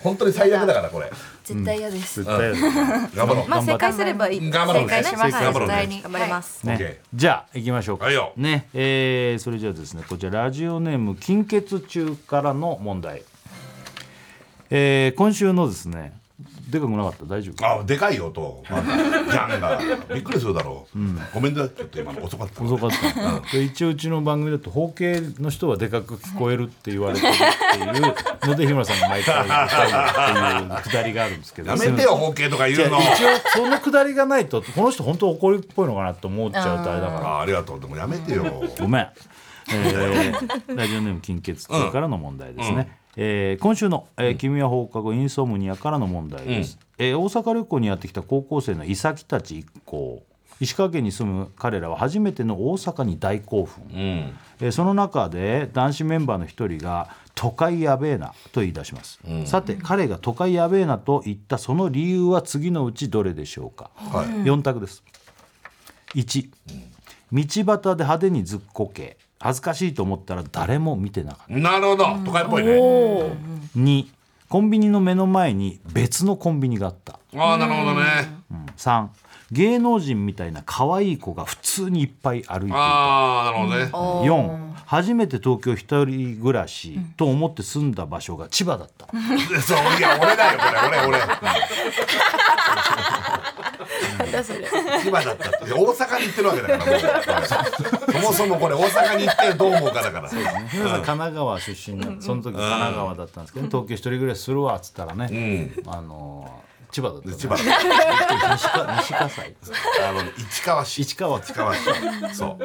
本当に最悪だからこれ絶対嫌です、絶対だ頑張ろうまあ正解すればいい頑張ろうね正解しま正す解頑張ろうねはい頑張りますオッケーね、じゃあ行きましょうか、はいよねえーそれじゃあですねこちらラジオネーム「金欠中」からの問題、えー今週のですねでかくなかった大丈夫あでかいよとまだジャンがびっくりするだろう、ごめんねちょっと今の遅かった遅かった、で一応うちの番組だと方形の人はでかく聞こえるって言われてるっていうの で日村さんが毎回言うっていうくだりがあるんですけどやめてよ包茎とかじゃ言うのあ 一応そのくだりがないとこの人本当怒りっぽいのかなと思っちゃうとあれだからあありがとうでもやめてよごめん、えーラジオネーム金欠中からの問題ですね、えー今週の、えー君は放課後インソムニア」からの問題です、えー大阪旅行にやってきた高校生のイサキたち一行石川県に住む彼らは初めての大阪に大興奮、うんえーその中で男子メンバーの一人が「都会やべえな」と言い出します、さて彼が「都会やべえな」と言ったその理由は次のうちどれでしょうか、はい4択です1道端で派手にずっこけ恥ずかしいと思ったら誰も見てなかったなるほど都会っぽいねおー2コンビニの目の前に別のコンビニがあったああなるほどね3芸能人みたいな可愛い子が普通にいっぱい歩いていたああなるほどねおー4初めて東京一人暮らしと思って住んだ場所が千葉だった、 そういや俺だよこれ俺俺なんだそれ千葉だったって大阪に行ってるわけだからもう そもそもこれ大阪に行ってどう思うかだから皆 さん神奈川出身のその時神奈川だったんですけど、東京一人暮らしするわっつったらね、あのー千葉だった、ね、千葉西か西葛西あの市川市市川市川市そう、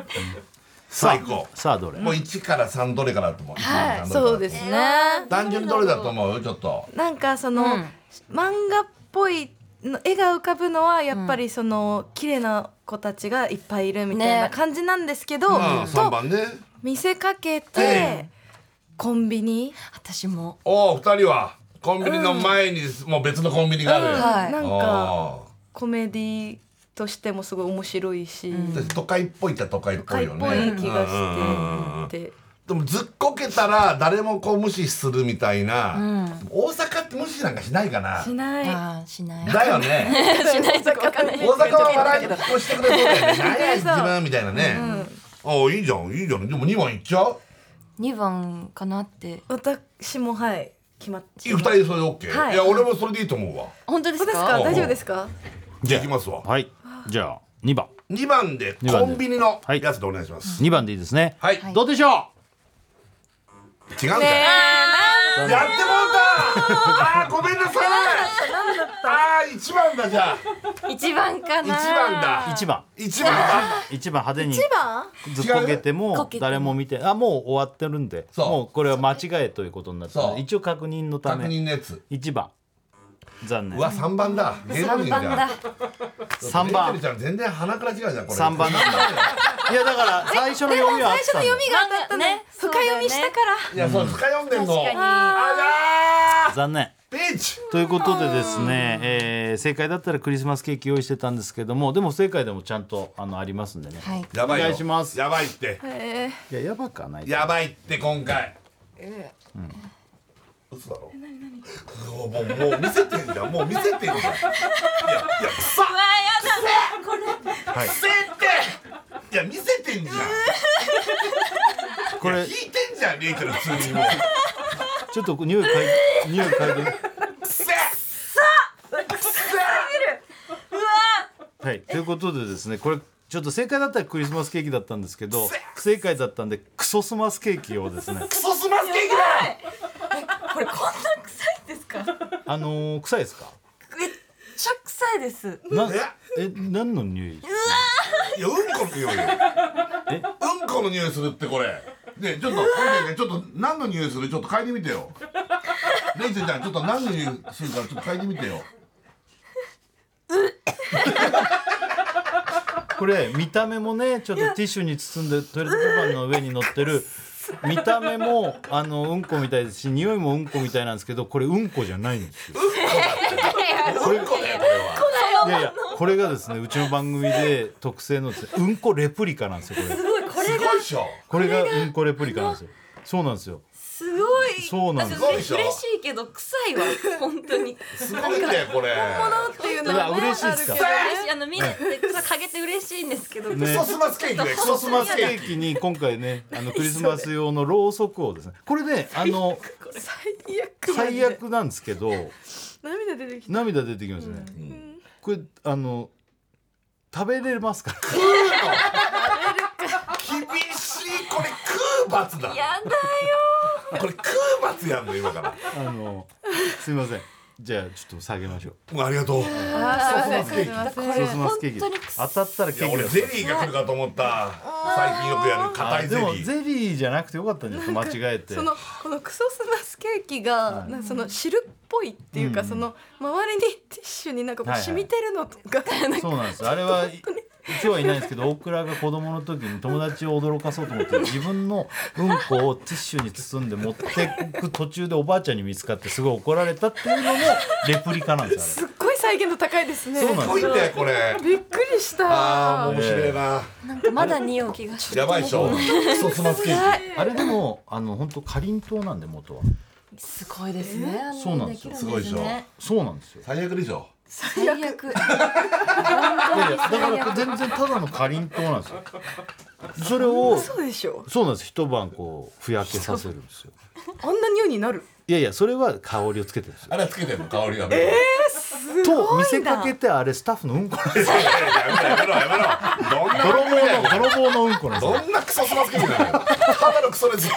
最高さあどれもう1から3どれかなと思う、はい1そから3どれかなうですね単純にどれだと思うちょっとなんかその、漫画っぽいの絵が浮かぶのはやっぱりその、綺麗な子たちがいっぱいいるみたいなね感じなんですけど、まあ3と番ね見せかけて、えコンビニ、私もおお2人はコンビニの前にもう別のコンビニがある、はいなんおかおコメディとしてもすごい面白いし、ー都会っぽいっちゃ都会っぽかいいっよぽねい気がうんうんうんうんしてて。でもずっこけたら誰もこう無視するみたいな、大阪って無視なんかしないかなしない。あーしないだよね しないとかわかんない大阪は笑いをしてくれそうだよね何やそう自分みたいなね、ああいいじゃんいいじゃんでも2番いっちゃう2番かなって私もはい決まっいちや二人それで OK、、はいいや俺もそれでいいと思うわ本当でそうすですかか大丈夫ですか？じゃあいきますわはいじゃあ2番2番で二番コでンビニのはいやつでお願いします2番でいいですね、はい、いどうでしょ違うんだよやってもうたあーごめんなさいあー1番だじゃあ一番か1な番うだ1番1番だ一番派手に一番？ずっこけて違うこもけても誰も見てあもう終わってるんでそうもうこれは間違えということになってそう一応確認のた確認めのやつ1番残念うわ3番だ芸能人三じゃ番だん3レイ番チェルちゃん全然鼻から違うじゃんこれ三 番なんいやだから最初の読みはあっ最初たんのだよ読みが当たったねね。深読みしたから。いやそう深読んでんの確かにあ残念らーピンチということでですね、えー正解だったらクリスマスケーキ用意してたんですけどもでも不正解でもちゃんとあのありますんでね、はいやばいよお願いしますやばいってえーいややばくはないやばいって今回嘘だろもうもうもう見せてんじゃんもう見せてんじゃんいやいやくさはいくせえっていや見せてんじゃんこれ引いてんじゃんレイチェル普通に もうちょっと匂い嗅い匂い嗅いでくせはいということでですねこれちょっと正解だったらクリスマスケーキだったんですけど不正解だったんでクソスマスケーキをですねクソスマスケーキだこれこんな臭いんですかめっあのー、臭いですかちゃ臭いですなえ何の匂いいやうんこの匂いよえうんこの匂いするってこれねえちょっとこれねちょっと何の匂いするちょっと嗅いでみてよレイチェルちゃんちょっと何の匂いするからちょっと嗅いでみてよこれ見た目もねちょっとティッシュに包んでトイレットペーパーの上に乗ってる見た目もあのうんこみたいですし匂いもうんこみたいなんですけどこれうんこじゃないんですようんこだよこれはいやいやこれがですねうちの番組で特製のですねうんこレプリカなんですよこれすごいっしょこれがうんこレプリカなんですよそうなんですよすごいそうなんですごいでしょ嬉しいけど臭い わ本当にすごいねこれ物っていうのうはわ嬉しいっすかある嬉しいあの見れて草かげて嬉しいんですけど、クねソスマスケーキだよクソスクリスママススケケーーキキに今回ねあのクリスマス用のろうそくをですねこれであのけど最悪。最。悪なんですけど涙出てきた。涙出てきますね、これあの食べれますか食うの厳しいこれ空罰だやだよこれ空罰やんの今からあの、すみません。じゃあちょっと下げましょう。もうありがとうクソスマスケーキソースマスケーキ。本当にく当たったらいケやーキ俺だっゼリーが来るかと思った最近よくやる硬いゼでリもーゼリーじゃなくてよかったんです間違えてそのこのクソスナスケーキが、なんかその汁っぽいっていうか、その周りにティッシュになんかこうはいはい染みてるのが、なんそかうなんですあれは一応はいないんですけど大倉が子供の時に友達を驚かそうと思って自分のうんこをティッシュに包んで持ってく途中でおばあちゃんに見つかってすごい怒られたっていうのもレプリカなんですあすっごい再現度高いですね。そうなんすごいねこれびっくりした。あー面白いななんかまだ匂う気がするやばいでしょクソスマスケーキれあれでもあの本当かりんとうなんで元はすごいですねあのそうなんですよきるすごいでしょねそうなんですよ最悪でしょ最悪いやいやだから全然ただのかりんとうなんですよそれをそうでしょそうなんです一晩こうふやけさせるんですよあんな匂いになる。いやいやそれは香りをつけてるんですよあれはつけてんの香りがと見せかけてあれスタッフのうんこなんでいすよやいややめろやめろやめろどんな泥棒の泥棒のうんこなんですよどんなクソスマスケーキなのよただのクソですっ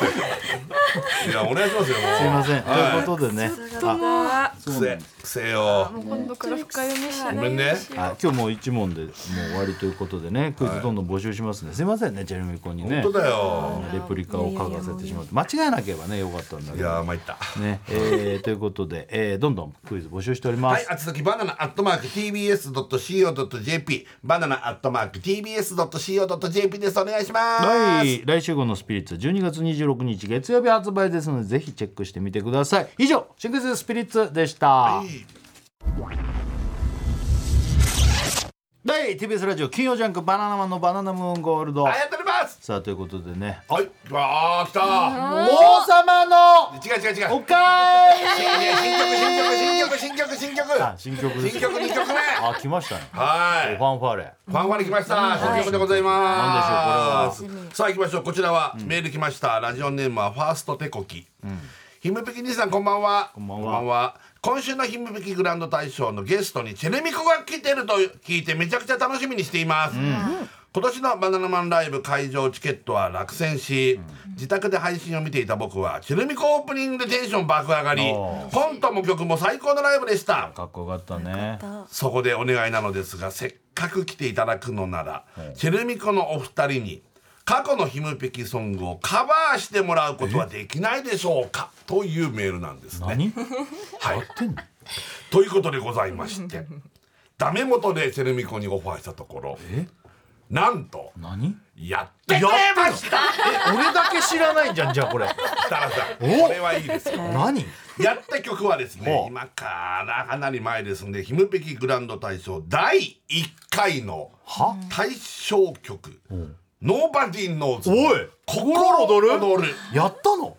ていやお願いしますよすいません、はいということでねあせん癖癖よもう今度から深読みしないごめんねあ今日もう一問でもう終わりということでねクイズどんどん募集しますね、すいませんねチェルミコにね本当だよレプリカを書かせてしまって間違えなければねよかったんだいけやーど参ったねえーということで、えーどんどんクイズ募集しておりまはすい、、あつときバナナアットマーク TBS.CO.JP バナナアットマーク TBS.CO.JP ですお願いします、はい、来週号のスピリッツ12月26日月曜日発売ですのでぜひチェックしてみてください以上「シングスピリッツ」でした、第 TBS ラジオ金曜ジャンク「バナナマンのバナナムーンゴールド」ありがとうございますさあということでねはいわあ来た王様の違う違う違うおかえ新曲新曲新曲新曲新曲あ新曲です新曲2曲目あ来ましたねはいファンファーレファンファンに来ました。新曲でございます。何でしょうこれはさあ行きましょう。こちらはメール来ました。ラジオネームはファーストテコキ。ひむぺき兄さんこんばんは。こんばんは今週のひむぺきグランド大賞のゲストにチェルミコが来てると聞いてめちゃくちゃ楽しみにしています。今年のバナナマンライブ会場チケットは落選し、自宅で配信を見ていた僕はチェルミコオープニングでテンション爆上がりおコントも曲も最高のライブでしたかっこよかったねそこでお願いなのですがせっかく来ていただくのなら、チェルミコのお二人に過去のヒムペキソングをカバーしてもらうことはできないでしょうかというメールなんですね。何はい、てんのということでございましてダメ元でチェルミコにオファーしたところなんと何やってくれました俺だけ知らないじゃんじゃあこれ 設楽さんこおれはいいですよ。何やった曲はですねほう今からかなり前ですんで「ひむぺきグランド大賞」第1回のは大賞曲「ノーバディノーズ」おい心躍るやったの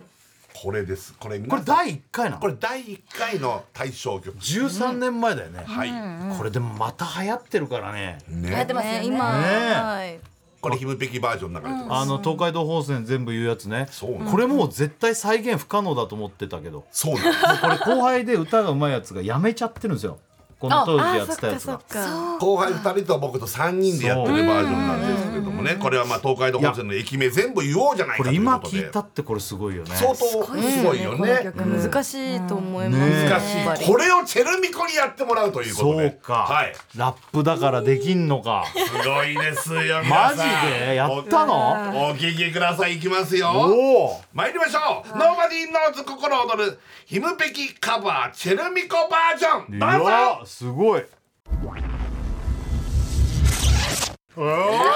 これですこれこれ第1回なのこれ第1回の大賞曲13年前だよね、はいこれでもまた流行ってるからね、やっねてますよね。ね今、ねはい。これひむぺきバージョンだからあの東海道本線全部言うやつねそうなのこれもう絶対再現不可能だと思ってたけどそうなんですこれ後輩で歌がうまいやつがやめちゃってるん ですよこの当時やってたやつがか。後輩2人と僕と3人でやってるバージョンなんですけどもねこれはまあ東海道本線の駅名全部言おうじゃないこかとれいう今こと聞いでたってこれすごいよね相当すごいよこのね曲難しいと思います、ねえ難しいこれをチェルミコにやってもらうということそでうか、はいラップだからできんのかすごいですよマ皆ジさんでやったのおお聞きくださいいきますよおお参りましょう、ノーバディーノーズ心躍るひむぺきカバーチェルミコバージョンいどうぞやすごい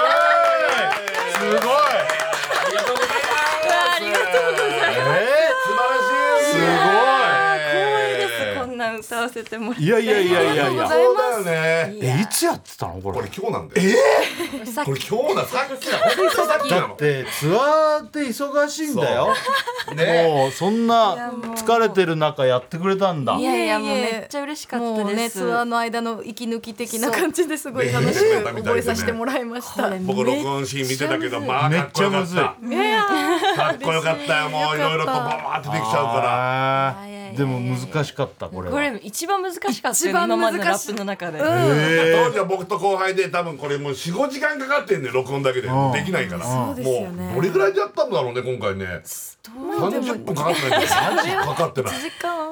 素晴すごいえらしいすごい光栄ですこんな歌わせてもらーいやいやいやいやいやそうだよねえいつやってたのここれれ今日なんだよってさっこれ今日ださっきだ本当さっきなだのってツアーって忙しいんだよねもうそんな疲れてる中やってくれたんだきいやいやもうめっちゃ嬉しかもったうでねすツアーの間の息抜き的な感じですごい楽しそうく覚えさせてもらいました。い僕録音シーン見てたけどまあかっこよかっめっちゃたやかっこよかったよもういろいろとバーってできちゃうからあいやいやいやーいやでも難しかったこれはこれ一番難しかったよ一番今ま難しいでのラップの中で、当時は僕と後輩で多分これもう45時間かかってんね録音だけでんできないからそうですよねもうどれぐらいでやったんだろうね今回ね30分かかってないんですよかかってない時間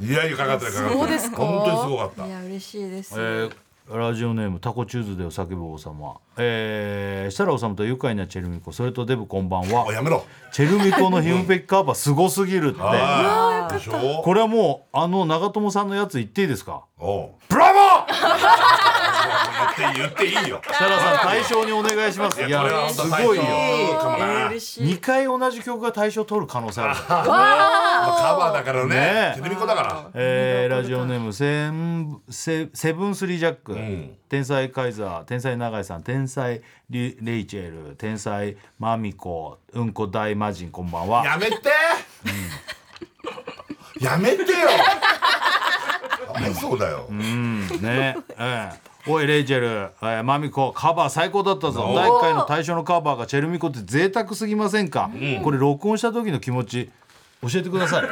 いやいやかかってないかかってないそうですか本当にすごかったいや嬉しいです、えーラジオネームタコチューズでを叫ぶ王様えー、設楽治と愉快なチェルミコそれとデブこんばんおやはめろチェルミコのヒムペキカーパーすごすぎるってああでしょこれはもうあの長友さんのやつ言っていいですかおうブラボ ー言って言っていいよ設楽さん対象にお願いしますいこれはや本す当ごいよ大賞かもなえー、ま嬉しい2回同じ曲が対象取る可能性あ るあカバーだからねねえテレビ子だからえーラジオネームセンセセブンスリージャック、ん天才カイザー天才永井さん天才リレイチェル天才マミコうんこ大魔人こんばんはやめて、やめて よかわいそうだよ、うんねえーおいレイチェル、えーマミコカバー最高だったぞお第1回の対象のカバーがチェルミコって贅沢すぎませんか、これ録音した時の気持ち教えてください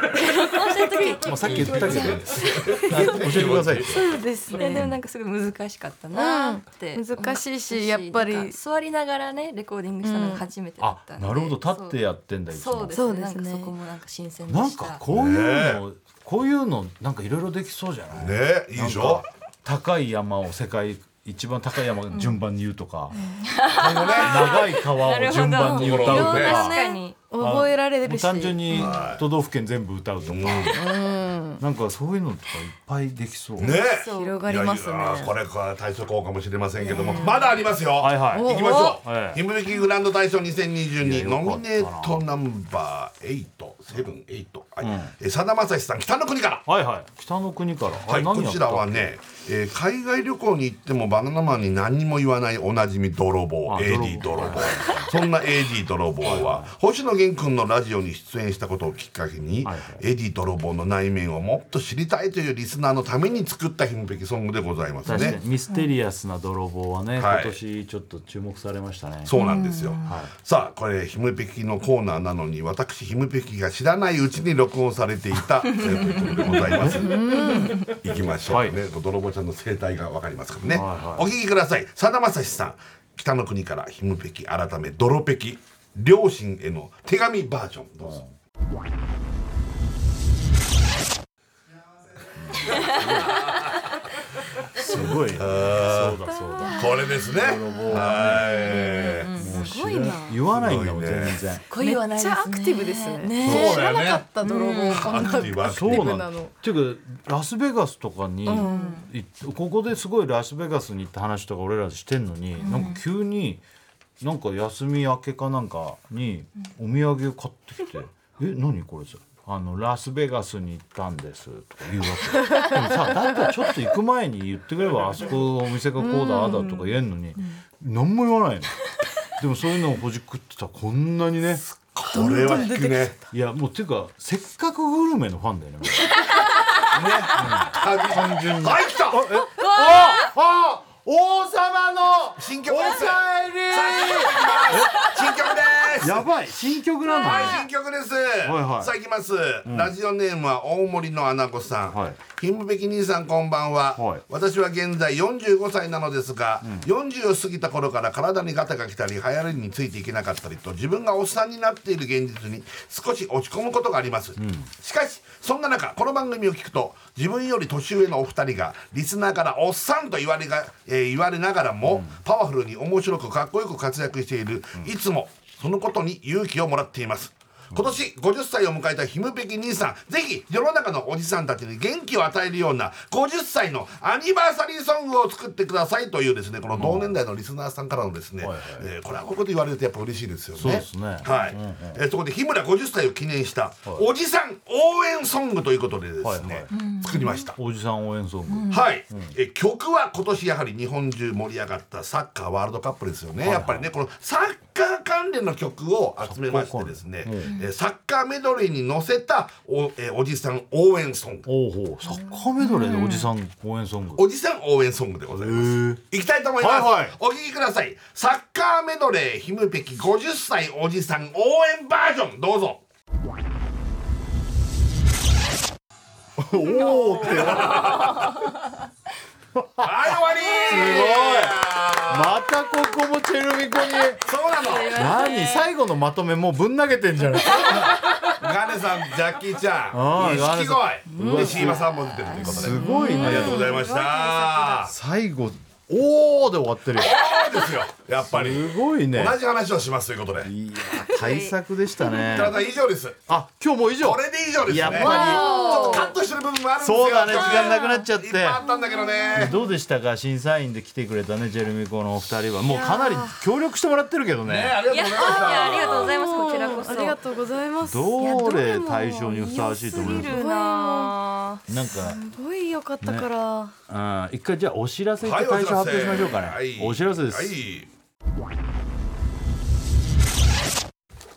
まあさっき言ったけど教えてくださいそうですいやでもねなんかすごい難しかったなって、うん難しいし思やっぱりなんか座りながらねレコーディングしたのが初めてだあったんで、なるほど立ってやってんだいつもそうそうですねそうでなすねんかそこもなんか新鮮でなんしたかこういうの、こういうのなんかいろいろできそうじゃない、ねいいでしょ高い山を世界一番高い山を順番に言うとか、今後ね長い川を順番に歌なうとるほどか、いろんな確かに覚えられるし単純に都道府県全部歌うとか、なんかそういうのとかいっぱいできそう、ね広がりますいねやいやこれは対処法かもしれませんけども、まだありますよはいはい行きましょう、はいヒムビキグランド大賞2022ノよかミネったなートナンバー878はいえさだまさしさん北の国からはいはい北の国から、あはれい、何こやったちらはね、えー海外旅行に行ってもバナナマンに何にも言わないおなじみ泥棒あ AD 泥泥棒そんな AD 泥棒は星野源君のラジオに出演したことをきっかけに、はいはい AD 泥棒の内面をもっと知りたいというリスナーのために作ったひむべきソングでございます確かにね。ミステリアスな泥棒はね、はい今年ちょっと注目されましたねそうなんですよ、さあこれひむべきのコーナーなのに私ひむべきが知らないうちに録音されてい た、えー、ということでございます行きましょう、はいね泥棒ちゃんの生態がわかりますからね、はいはお聞きくださいさだまさしさん北の国からひむべき改め泥べき両親への手紙バージョンどうぞ、すごいそうだそうだこれですねはい、すごいな言わないんだもんすごいね全然恋はめないでっすちねゃアクティブですねそう知だらよねなかった泥棒こんなアクティブアクテそィブうななのの。っていうかラスベガスとかに、いここですごいラスベガスに行った話とか俺らしてんのに、なんか急になんか休み明けかなんかにお土産を買ってき て「え何これさあのラスベガスに行ったんです」とか言うわけでも さだったらちょっと行く前に言ってくればあそこお店がこうだああだとか言えんのに、何も言わないの。でもそういうのをほじくってたらこんなにねこれは引くねねいやもうっていうかせっかくグルメのファンだよね。単純にはい来たあ王様の新曲ですり新曲ですやばい新曲なのはい、新曲です。はいさあ、いきます、ラジオネームは大森の穴子さん。はいひむべき兄さん、こんばんは、はい私は現在45歳なのですが、40を過ぎた頃から体にガタが来たり、流行りについていけなかったりと、自分がおっさんになっている現実に少し落ち込むことがあります。しかし、そんな中、この番組を聞くと、自分より年上のお二人が、リスナーからおっさんと言われが、えー言われながらも、パワフルに面白くかっこよく活躍している、いつも、そのことに勇気をもらっています。今年50歳を迎えたひむべき兄さんぜひ世の中のおじさんたちに元気を与えるような50歳のアニバーサリーソングを作ってくださいというですねこの同年代のリスナーさんからのですね、はいはいえーこれはここで言われるとやっぱ嬉しいですよね。そうですねはいえーそこで日村50歳を記念したおじさん応援ソングということでですね、はいはい作りました。おじさん応援ソングはい、え曲は今年やはり日本中盛り上がったサッカーワールドカップですよね、やっぱりねこのサッカー関連の曲を集めましてですねサッ,、えーサッカーメドレーに載せたお,、えーおじさん応援ソングおうほうサッカーメドレーでおじさん応援ソングおじさん応援ソングでございますいきたいと思います、はいはいお聴きくださいサッカーメドレーひむべき50歳おじさん応援バージョンどうぞおおっはてい終わりまたここもチェルミコにすごいそうなの何最後のまとめもうぶん投げてんじゃないガネさんジャッキーちゃあんー錦う鯉わでシーバさんも出てるということで、すごいありがとうねございました最後おーで終わってるよそうですよやっぱりすごいね同じ話をしますということでいや対策でしたねただ以上ですあ今日もう以上これで以上ですねやっぱりちょっとカットしてる部分もあるんですよそうだね時間なくなっちゃっていっぱいあったんだけどねどうでしたか審査員で来てくれたねジェルミコのお二人はもうかなり協力してもらってるけどねねありがとうございましいやたありがとうございますこちらこそありがとうございますどれ対象にふさわしいと思います良すぎるなかなんかすごい良かったから、あー一回じゃあお知らせと対象発表しましょうかね、はいお知らせです、はい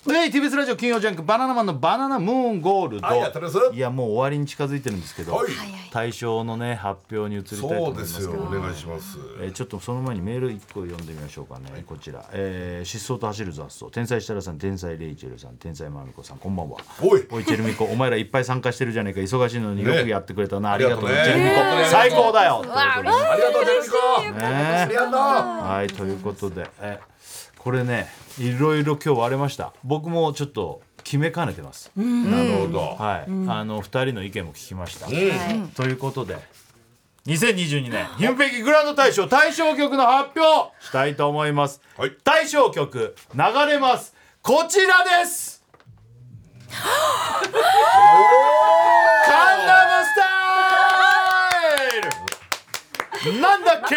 ね TBS ラジオ金曜ジャンク「バナナマンのバナナムーンゴールドはいやってます」いやもう終わりに近づいてるんですけど、はい対象のね発表に移りたいとそ思いうまですすけよどお願いしますえーちょっとその前にメール1個読んでみましょうかね、こちら、えー失踪と走る雑草」「天才設楽さん天才レイチェルさん天才まみこさんこんばんは」おいおいチェルミコお前らいっぱい参加してるじゃねえか忙しいのによねくやってくれたな、ありがとう、ありがとチうねェルミコ、ね最高だよってことありがとうジェルミコでねありがはいということでえこれねいろいろ今日割れました僕もちょっと決めかねてます、とうなるほどはい、あの2人の意見も聞きました、うんということで2022年「ひんぺきグランド大賞」大賞曲の発表したいと思います、はい大賞曲流れますこちらですカンナムスタイルなんだっけ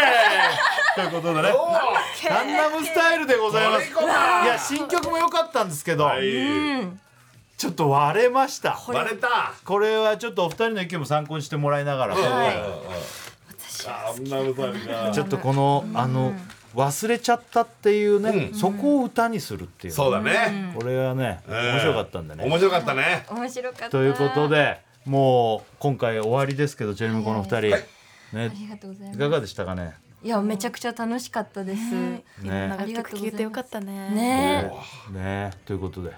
ということでね「カンナムスタイル」でございますこれかいや新曲も良かったんですけど、はいちょっと割れましたバレたこれはちょっとお二人の意見も参考にしてもらいながら、あんな歌になちょっとこの、あの忘れちゃったっていうね、そこを歌にするっていう、そうだねこれはね、うん面白かったんだね。面白かったね面白かったということでもう今回終わりですけどチェルミコのお二人、ありねがとうございいまかすがでしたかね。いやめちゃくちゃ楽しかったですね長く聞けてよかったねねねということで、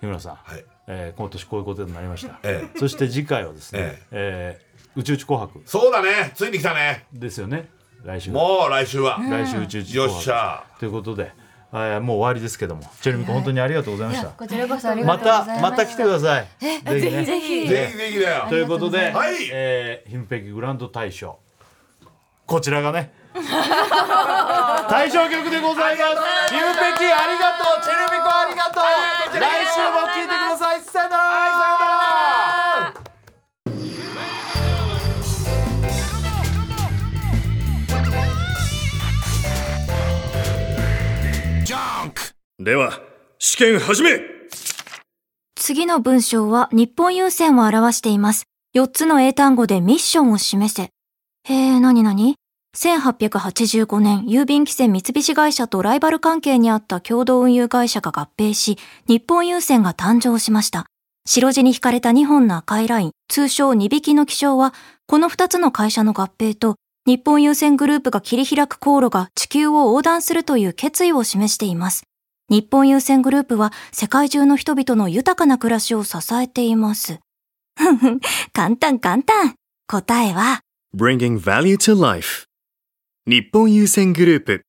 日村さん、はいえー今年こういうことになりました。えそして次回はですね、ええー宇宙一紅白そうだねついに来たねですよね来週もう来週は来週宇宙一紅白よっしゃということで、えーもう終わりですけどもチェルミコ本当にありがとうございまいした。やこちらこそありがまとうございまたすまた来てください。ぜひねぜひぜひぜひだよということで、はいえー、ひんぺきグランド大賞こちらがね大賞曲でございます。ひんぺきありがとう、チェルミコありがとう。来週も聞いてください。さよなら。さよなら。では試験始め次の文章は日本郵船を表しています。4つの英単語でミッションを示せ。へえ、なになに ?1885 年、郵便規制三菱会社とライバル関係にあった共同運輸会社が合併し、日本郵船が誕生しました。白地に引かれた2本の赤いライン、通称2匹の気象は、この2つの会社の合併と、日本郵船グループが切り開く航路が地球を横断するという決意を示しています。日本優先グループは世界中の人々の豊かな暮らしを支えています。ふんふん、簡単簡単。答えは、 Bringing Value to Life 日本優先グループ